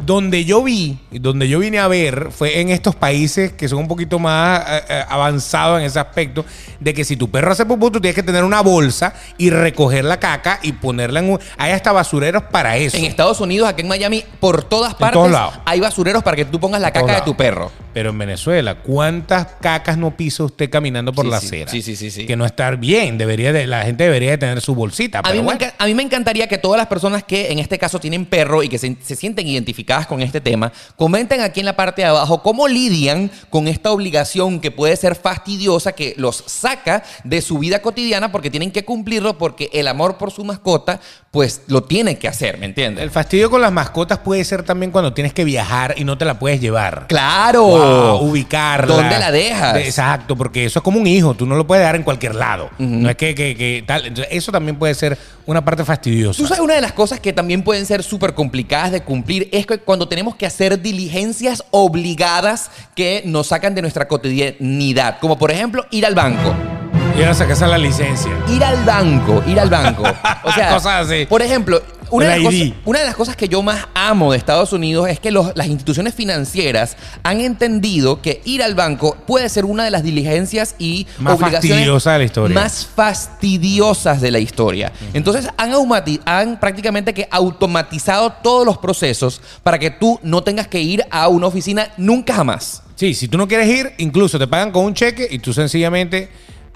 B: Donde yo vi, donde yo vine a ver, fue en estos países que son un poquito más eh, eh, avanzados en ese aspecto, de que si tu perro hace pupú, tú tienes que tener una bolsa y recoger la caca y ponerla en un... Hay hasta basureros para eso.
A: En Estados Unidos, aquí en Miami, por todas partes
B: todos lados.
A: hay basureros para que tú pongas la
B: todos
A: caca de
B: lados.
A: tu perro.
B: Pero en Venezuela, ¿cuántas cacas no pisa usted caminando por
A: Sí,
B: la
A: sí.
B: acera?
A: Sí, sí, sí, sí.
B: Que no estar bien. Debería de- la gente debería de tener su bolsita.
A: A
B: Ah, pero
A: mí, me
B: bueno.
A: enca- a mí me encantaría que todas las personas que en este caso tienen perro y que se, se sienten identificadas con este tema, comenten aquí en la parte de abajo cómo lidian con esta obligación que puede ser fastidiosa, que los saca de su vida cotidiana porque tienen que cumplirlo porque el amor por su mascota pues lo tiene que hacer, ¿me entiendes?
B: El fastidio con las mascotas puede ser también cuando tienes que viajar y no te la puedes llevar.
A: Claro.
B: Wow, ubicarla.
A: ¿Dónde la dejas?
B: De- Exacto, porque eso es como un hijo, tú no lo puedes dar en cualquier lado. No es que, que- que tal. Entonces, eso también puede ser una parte fastidiosa.
A: Tú sabes, una de las cosas que también pueden ser súper complicadas de cumplir es que cuando tenemos que hacer diligencias obligadas que nos sacan de nuestra cotidianidad, como por ejemplo ir al banco.
B: Y ahora sacas a la licencia.
A: Ir al banco, ir al banco. O sea,
B: *laughs* Cosas así.
A: por ejemplo, una de,
B: El
A: las
B: ID.
A: cosas, una de las cosas que yo más amo de Estados Unidos es que los- las instituciones financieras han entendido que ir al banco puede ser una de las diligencias y
B: Más
A: obligaciones
B: fastidiosa de la historia.
A: Más fastidiosas de la historia. Entonces han, aumati- han prácticamente que automatizado todos los procesos para que tú no tengas que ir a una oficina nunca jamás.
B: Sí, si tú no quieres ir, incluso te pagan con un cheque y tú sencillamente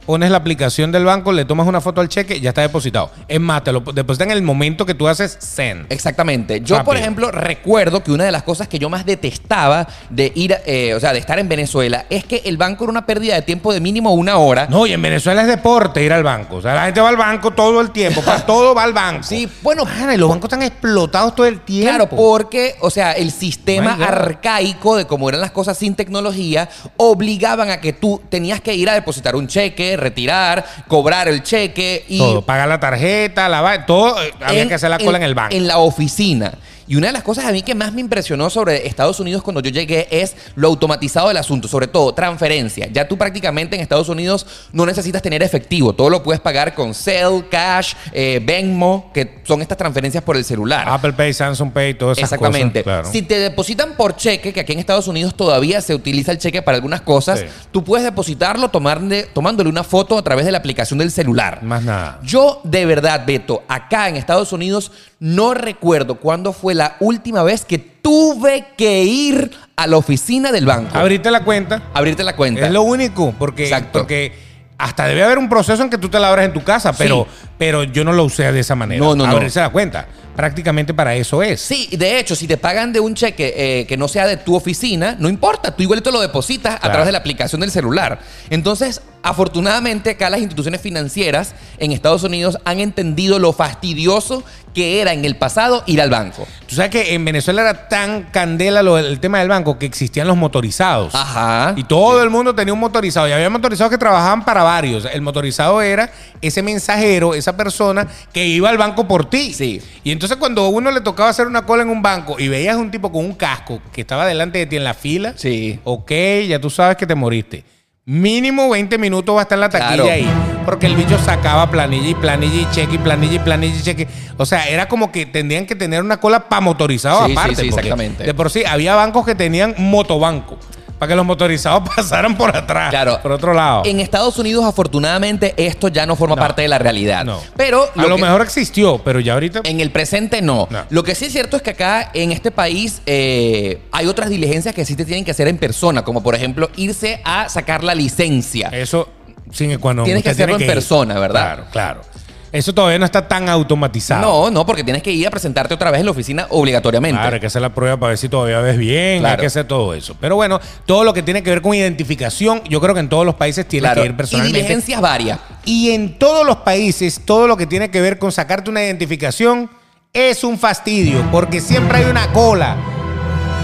B: pones la aplicación del banco, le tomas una foto al cheque y ya está depositado. Es más, te lo depositan en el momento que tú haces send.
A: Exactamente. Yo, por
B: Rápido.
A: ejemplo, recuerdo que una de las cosas que yo más detestaba de ir, eh, o sea, de estar en Venezuela, es que el banco era una pérdida de tiempo de mínimo una hora.
B: No, y en Venezuela es deporte ir al banco. O sea, la gente va al banco todo el tiempo. *laughs* Para todo va al banco.
A: Sí, bueno,
B: Pana, y Ah, los bancos están explotados todo el tiempo.
A: Claro, porque, o sea, el sistema
B: My God.
A: arcaico de cómo eran las cosas sin tecnología obligaban a que tú tenías que ir a depositar un cheque, retirar, cobrar el cheque y
B: Todo. Pagar la tarjeta, la va- todo. eh, Había
A: en-
B: que hacer la cola en, el banco.
A: En la oficina. Y una de las cosas a mí que más me impresionó sobre Estados Unidos cuando yo llegué es lo automatizado del asunto, sobre todo transferencia. Ya tú prácticamente en Estados Unidos no necesitas tener efectivo, todo lo puedes pagar con Cell, Cash, eh, Venmo, que son estas transferencias por el celular.
B: Apple Pay, Samsung Pay, todas esas
A: Exactamente.
B: cosas. claro.
A: Si te depositan por cheque, que aquí en Estados Unidos todavía se utiliza el cheque para algunas cosas,
B: Sí.
A: tú puedes depositarlo tomarle- tomándole una foto a través de la aplicación del celular.
B: Más nada.
A: Yo de verdad, Beto, acá en Estados Unidos no recuerdo cuándo fue la última vez que tuve que ir a la oficina del banco.
B: Abriste la cuenta.
A: abrirte la cuenta.
B: Es lo único, porque,
A: Exacto.
B: porque hasta debe haber un proceso en que tú te la abras en tu casa, pero, pero yo no lo usé de esa manera.
A: No, no, no.
B: Abrirse la cuenta. Prácticamente para eso es.
A: Sí, de hecho, si te pagan de un cheque eh, que no sea de tu oficina, no importa, tú igual te lo depositas a
B: Claro.
A: través de la aplicación del celular. Entonces, afortunadamente acá las instituciones financieras en Estados Unidos han entendido lo fastidioso que era en el pasado ir al banco.
B: Tú sabes que en Venezuela era tan candela lo, el tema del banco que existían los motorizados.
A: Ah, Ajá.
B: Y todo el mundo tenía un motorizado. Y había motorizados que trabajaban para varios. El motorizado era ese mensajero, esa persona que iba al banco por ti.
A: Sí.
B: Y entonces cuando a uno le tocaba hacer una cola en un banco y veías un tipo con un casco que estaba delante de ti en la fila,
A: Sí.
B: ok, ya tú sabes que te moriste. Mínimo 20 minutos va a estar en la taquilla
A: Claro.
B: ahí. Porque el bicho sacaba planilla y planilla y cheque y planilla y planilla y cheque. O sea, era como que tendrían que tener una cola para motorizado
A: Sí, sí,
B: aparte.
A: sí,
B: porque
A: exactamente.
B: De por sí, había bancos que tenían motobanco. Para que los motorizados *laughs* pasaran por atrás.
A: Claro.
B: Por otro lado.
A: En Estados Unidos, afortunadamente, esto ya no forma
B: No.
A: parte de la realidad.
B: No.
A: Pero
B: a lo
A: que-
B: mejor existió, pero ya ahorita.
A: En el presente no.
B: No.
A: Lo que sí es cierto es que acá en este país eh, hay otras diligencias que sí te tienen que hacer en persona, como por ejemplo irse a sacar la licencia.
B: Eso, sin cuando.
A: Tienes que
B: usted tiene
A: hacerlo en
B: ir.
A: persona, ¿verdad?
B: Claro, claro. Eso todavía no está tan automatizado.
A: No, no, porque tienes que ir a presentarte otra vez en la oficina obligatoriamente.
B: Claro, hay que hacer la prueba para ver si todavía ves bien, hay
A: Claro.
B: que hacer todo eso. Pero bueno, todo lo que tiene que ver con identificación, yo creo que en todos los países tiene
A: Claro.
B: que ir
A: Y
B: personalmente.
A: diligencias varias.
B: Y, en todos los países, todo lo que tiene que ver con sacarte una identificación es un fastidio, porque siempre hay una cola,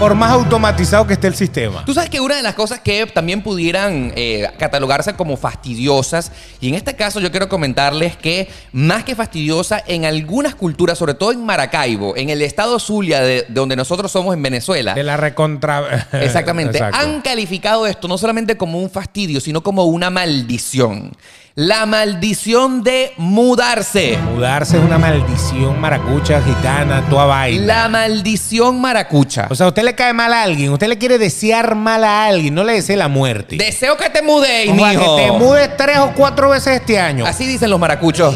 B: por más automatizado que esté el sistema.
A: Tú sabes que una de las cosas que también pudieran eh, catalogarse como fastidiosas, y en este caso yo quiero comentarles que más que fastidiosa, en algunas culturas, sobre todo en Maracaibo, en el estado Zulia, de, de donde nosotros somos en Venezuela,
B: De la recontra... *laughs*
A: Exactamente.
B: Eh, Exacto.
A: Han calificado esto no solamente como un fastidio, sino como una maldición. La maldición de mudarse.
B: Mudarse es una maldición maracucha, gitana, toda vaina.
A: La maldición maracucha.
B: O sea, a usted le cae mal a alguien, usted le quiere desear mal a alguien, no le desee la muerte.
A: Deseo que te mudéis,
B: Ojalá
A: mijo.
B: que te mudes tres o cuatro veces este año. Así,
A: Así dicen los maracuchos.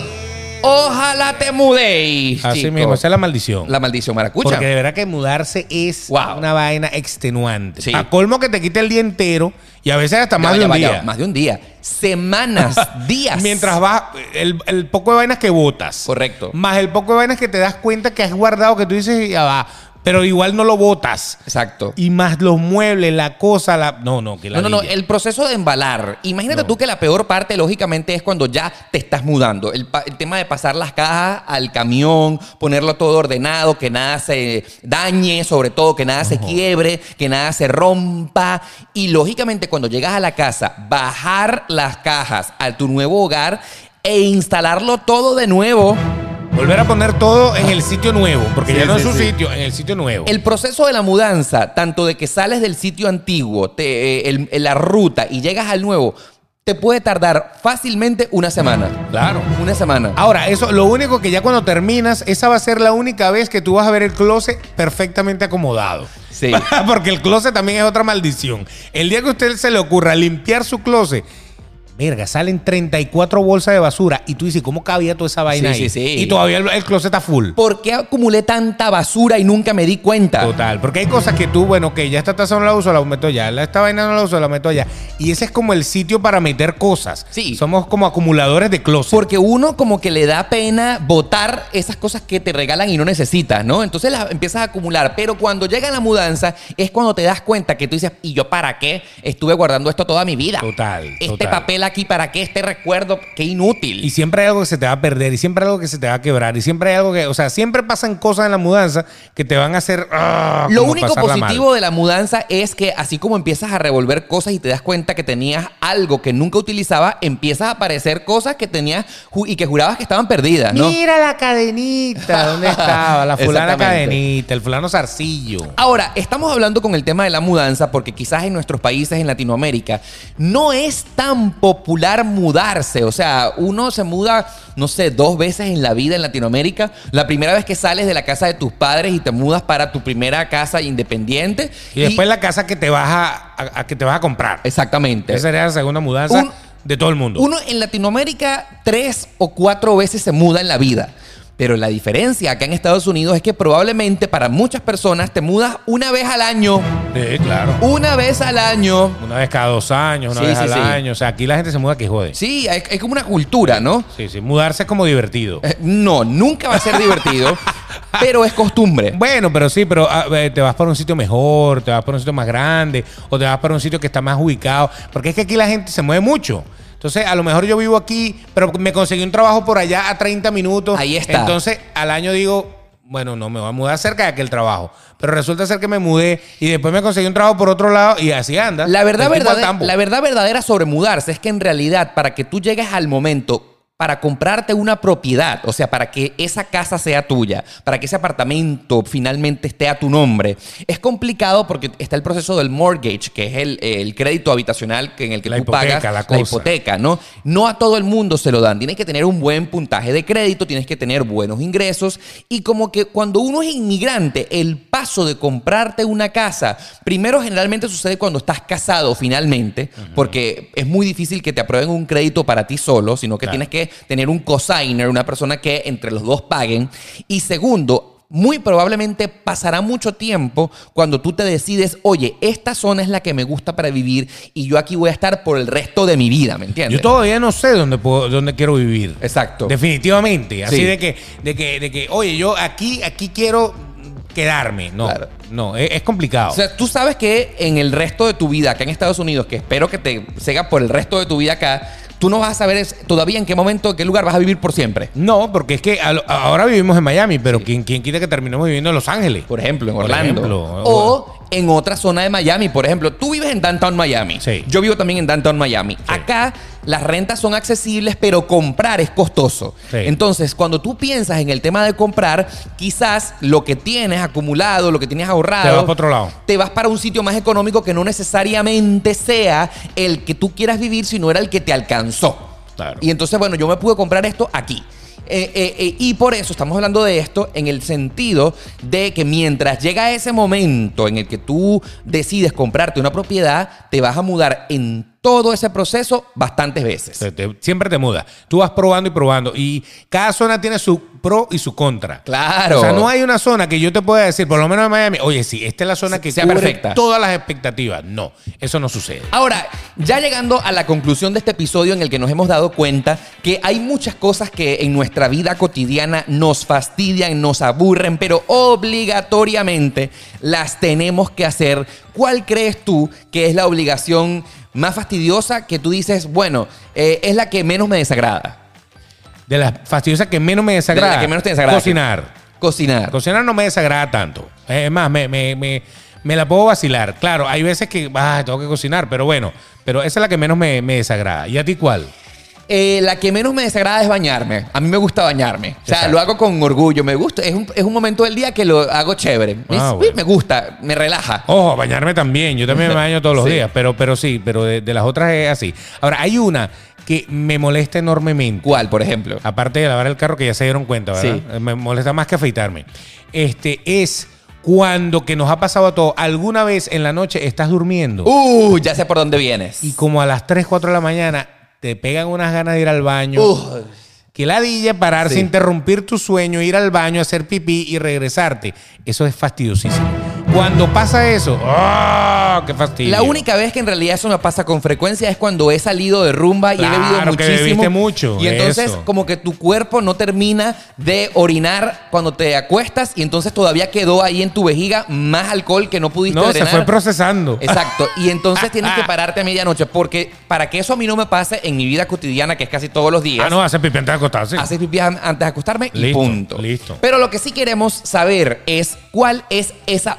A: Ojalá te mudéis. chico.
B: mismo, esa es la maldición.
A: La maldición maracucha.
B: Porque de verdad que mudarse es
A: Wow.
B: una vaina extenuante.
A: Sí.
B: A colmo que te quita el día entero y a veces hasta
A: Ya
B: más
A: va,
B: de
A: ya
B: un
A: va, ya
B: día.
A: va. Más de un día. Semanas,
B: *laughs*
A: días.
B: Mientras vas, el, el poco de vainas que botas.
A: Correcto.
B: Más el poco de vainas que te das cuenta que has guardado, que tú dices, ya va, pero igual no lo botas.
A: Exacto.
B: Y más los muebles, la cosa, la. No, no, que la.
A: No, no, no, el proceso de embalar. Imagínate tú que la peor parte, lógicamente, es cuando ya te estás mudando. El, pa- el tema de pasar las cajas al camión, ponerlo todo ordenado, que nada se dañe, sobre todo, que nada se quiebre, que nada se rompa. Y lógicamente, cuando llegas a la casa, bajar las cajas a tu nuevo hogar e instalarlo todo de nuevo.
B: Volver a poner todo en el sitio nuevo, porque
C: Sí,
B: ya no
C: sí,
B: es su
C: sí.
B: sitio, en el sitio nuevo.
A: El proceso de la mudanza, tanto de que sales del sitio antiguo, te, eh, el- la ruta y llegas al nuevo, te puede tardar fácilmente una semana.
B: Claro.
A: Una semana.
B: Ahora, eso, lo único que ya cuando terminas, esa va a ser la única vez que tú vas a ver el closet perfectamente acomodado.
A: Sí.
B: *laughs* Porque el closet también es otra maldición. El día que a usted se le ocurra limpiar su closet, verga, salen 34 bolsas de basura y tú dices, ¿cómo cabía toda esa vaina
A: Sí,
B: ahí?
A: sí, sí.
B: Y todavía el, el closet está full.
A: ¿Por qué acumulé tanta basura y nunca me di cuenta?
B: Total, porque hay cosas que tú, bueno, que ya esta taza no la uso, la meto allá, la- esta vaina no la uso, la meto allá. Y ese es como el sitio para meter cosas.
A: Sí.
B: Somos como acumuladores de closet.
A: Porque uno como que le da pena botar esas cosas que te regalan y no necesitas, ¿no? Entonces las empiezas a acumular. Pero cuando llega la mudanza es cuando te das cuenta que tú dices, ¿y yo para qué estuve guardando esto toda mi vida?
B: Total,
A: Este
B: total.
A: papel aquí, ¿para qué? Este recuerdo, qué inútil.
B: Y siempre hay algo que se te va a perder, y siempre hay algo que se te va a quebrar, y siempre hay algo que, o sea, siempre pasan cosas en la mudanza que te van a hacer... ah,
A: Lo
B: como
A: único
B: pasarla mal.
A: positivo de la mudanza es que así como empiezas a revolver cosas y te das cuenta que tenías algo que nunca utilizabas, empiezas a aparecer cosas que tenías ju- y que jurabas que estaban perdidas, Ah, ¿no?
B: Mira la cadenita,
A: *laughs*
B: ¿dónde estaba? La fulana
A: Exactamente.
B: cadenita, el fulano zarcillo.
A: Ahora, estamos hablando con el tema de la mudanza porque quizás en nuestros países, en Latinoamérica, no es tan popular mudarse. O sea, uno se muda, no sé, dos veces en la vida en Latinoamérica. La primera vez que sales de la casa de tus padres y te mudas para tu primera casa independiente.
B: Y, después la casa que te vas a, a- a que te vas a comprar.
A: Exactamente.
B: Esa sería la segunda mudanza
A: Eh, Un-
B: de todo el mundo.
A: Uno en Latinoamérica tres o cuatro veces se muda en la vida. Pero la diferencia acá en Estados Unidos es que probablemente para muchas personas te mudas una vez al año.
B: Sí, claro.
A: Una vez al año.
B: Una vez cada dos años, una
A: Sí,
B: vez
A: sí,
B: al
A: sí.
B: año. O sea, aquí la gente se muda que jode. Sí,
A: Sí, hay, hay como una cultura, ¿no?
B: sí. Mudarse es como divertido.
A: Eh, No, nunca va a ser divertido, pero es costumbre.
B: Bueno, pero sí, pero ah, eh, te vas para un sitio mejor, te vas para un sitio más grande, o te vas para un sitio que está más ubicado. Porque es que aquí la gente se mueve mucho. Entonces, a lo mejor yo vivo aquí, pero me conseguí un trabajo por allá a 30 minutos.
A: Ahí está.
B: Entonces, al año digo, bueno, no, me voy a mudar cerca de aquel trabajo. Pero resulta ser que me mudé y después me conseguí un trabajo por otro lado y así anda.
A: La verdad,
B: El tipo al
A: verdadera,
B: tambo.
A: la verdad verdadera sobre mudarse es que en realidad para que tú llegues al momento para comprarte una propiedad, o sea, para que esa casa sea tuya, para que ese apartamento finalmente esté a tu nombre, es complicado porque está el proceso del mortgage, que es el, el crédito habitacional que- en el que
B: La
A: tú
B: hipoteca,
A: pagas
B: la
A: la
B: cosa.
A: hipoteca, ¿no? No a todo el mundo se lo dan, tienes que tener un buen puntaje de crédito, tienes que tener buenos ingresos y como que cuando uno es inmigrante, el paso de comprarte una casa, primero generalmente sucede cuando estás casado finalmente, porque es muy difícil que te aprueben un crédito para ti solo, sino que
B: Claro.
A: tienes que tener un cosigner, una persona que entre los dos paguen y segundo, muy probablemente pasará mucho tiempo cuando tú te decides, oye, esta zona es la que me gusta para vivir y yo aquí voy a estar por el resto de mi vida, ¿me entiendes?
B: Yo todavía no sé dónde puedo, dónde quiero vivir.
A: Exacto.
B: Definitivamente. Así
A: Sí.
B: de que, de que, de que, oye, yo aquí, aquí quiero quedarme. No,
A: Claro.
B: no, e-, es, es complicado.
A: O sea, tú sabes que en el resto de tu vida acá en Estados Unidos, que espero que te siga por el resto de tu vida acá, tú no vas a saber es- todavía en qué momento, en qué lugar vas a vivir por siempre.
B: no, porque es que a lo- a- ahora vivimos en Miami, pero ¿quién, quién quita que terminemos viviendo en Los Ángeles?
A: Por ejemplo, en
B: Por
A: Orlando.
B: ejemplo,
A: o en otra zona de Miami. Por ejemplo, tú vives en Downtown Miami.
B: Sí.
A: Yo vivo también en Downtown Miami. Acá las rentas son accesibles, pero comprar es costoso.
B: Sí.
A: Entonces, cuando tú piensas en el tema de comprar, quizás lo que tienes acumulado, lo que tienes ahorrado.
B: Te vas para otro lado.
A: Te vas para un sitio más económico que no necesariamente sea el que tú quieras vivir, sino era el que te alcanzó.
B: Claro.
A: Y entonces, bueno, yo me pude comprar esto aquí. Eh, eh, eh, y por eso estamos hablando de esto en el sentido de que mientras llega ese momento en el que tú decides comprarte una propiedad, te vas a mudar en todo ese proceso bastantes veces.
B: Te- te- siempre te muda. Tú vas probando y probando. Y cada zona tiene su pro y su contra.
A: Claro.
B: O sea, no hay una zona que yo te pueda decir, por lo menos en Miami, oye, sí, esta es la zona que
A: Sea
B: cubre
A: perfecta.
B: todas las expectativas. No, eso no sucede.
A: Ahora, ya llegando a la conclusión de este episodio en el que nos hemos dado cuenta que hay muchas cosas que en nuestra vida cotidiana nos fastidian, nos aburren, pero obligatoriamente las tenemos que hacer. ¿Cuál crees tú que es la obligación más fastidiosa que tú dices, bueno, eh, es la que menos me desagrada?
B: De las fastidiosas que menos me desagrada.
A: De las que menos te desagrada.
B: Cocinar.
A: Cocinar.
B: Cocinar no me desagrada tanto. Eh, Es más, me, me- me- me la puedo vacilar. Claro, hay veces que ah, tengo que cocinar, pero bueno. Pero esa es la que menos me, me desagrada. ¿Y a ti cuál?
A: Eh, la que menos me desagrada es bañarme. A mí me gusta bañarme. O sea,
B: Exacto.
A: lo hago con orgullo, me gusta. Es un, es un momento del día que lo hago chévere. Me-
B: Ah, bueno.
A: Me gusta, me relaja.
B: Ojo, bañarme también. Yo también me baño todos los
A: *laughs* Sí.
B: días. Pero, pero sí, pero de, de las otras es así. Ahora, hay una que me molesta enormemente.
A: ¿Cuál, por ejemplo?
B: aparte de lavar el carro, que ya se dieron cuenta, ¿verdad?
A: Sí.
B: Me molesta más que afeitarme. Este es cuando que nos ha pasado a todos, alguna vez en la noche estás durmiendo
A: Uh, ya sé por dónde vienes.
B: y como a las 3, 4 de la mañana te pegan unas ganas de ir al baño.
A: Uh.
B: Que ladilla pararse,
A: Sí.
B: interrumpir tu sueño, ir al baño, hacer pipí y regresarte. Eso es fastidiosísimo. Cuando pasa eso, ¡ah! ¡Qué fastidio!
A: La única vez que en realidad eso me pasa con frecuencia es cuando he salido de rumba y he bebido
B: Claro, que
A: muchísimo.
B: bebiste mucho,
A: Y entonces,
B: eso.
A: como que tu cuerpo no termina de orinar cuando te acuestas y entonces todavía quedó ahí en tu vejiga más alcohol que no pudiste
B: No, se
A: drenar.
B: fue procesando.
A: Exacto. Y entonces tienes
B: *laughs*
A: que pararte a medianoche porque para que eso a mí no me pase en mi vida cotidiana, que es casi todos los días.
B: Ah, no, hace pipí antes de
A: *laughs*
B: acostarse.
A: Haces pipí an- antes de acostarme y
B: Listo,
A: punto.
B: listo.
A: Pero lo que sí queremos saber es cuál es esa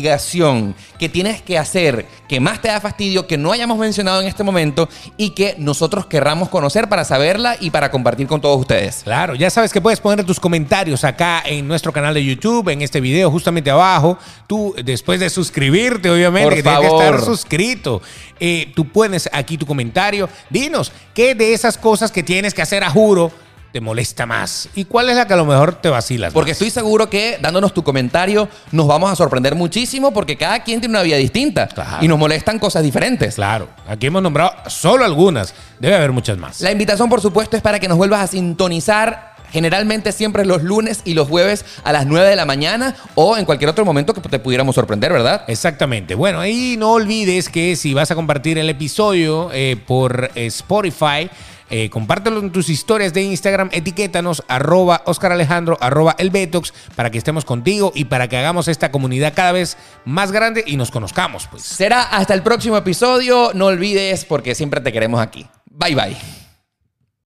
A: obligación que tienes que hacer que más te da fastidio, que no hayamos mencionado en este momento y que nosotros querramos conocer para saberla y para compartir con todos ustedes.
B: Claro, ya sabes que puedes poner tus comentarios acá en nuestro canal de YouTube, en este video justamente abajo. Tú, después de suscribirte, obviamente,
A: Por
B: que tienes que
A: favor.
B: estar suscrito, eh, tú pones aquí tu comentario. Dinos, ¿qué de esas cosas que tienes que hacer a juro te molesta más? ¿Y cuál es la que a lo mejor te vacilas?
A: Porque
B: más?
A: estoy seguro que dándonos tu comentario nos vamos a sorprender muchísimo porque cada quien tiene una vida distinta
B: Claro.
A: y nos molestan cosas diferentes.
B: Claro, aquí hemos nombrado solo algunas, debe haber muchas más.
A: La invitación, por supuesto, es para que nos vuelvas a sintonizar. Generalmente siempre los lunes y los jueves a las 9 de la mañana o en cualquier otro momento que te pudiéramos sorprender, ¿verdad?
B: Exactamente. Bueno, y no olvides que si vas a compartir el episodio eh, por eh, Spotify, eh, compártelo en tus historias de Instagram, etiquétanos, arroba Oscar Alejandro, arroba el Betox, para que estemos contigo y para que hagamos esta comunidad cada vez más grande y nos conozcamos, pues.
A: Será hasta el próximo episodio. No olvides porque siempre te queremos aquí. Bye bye.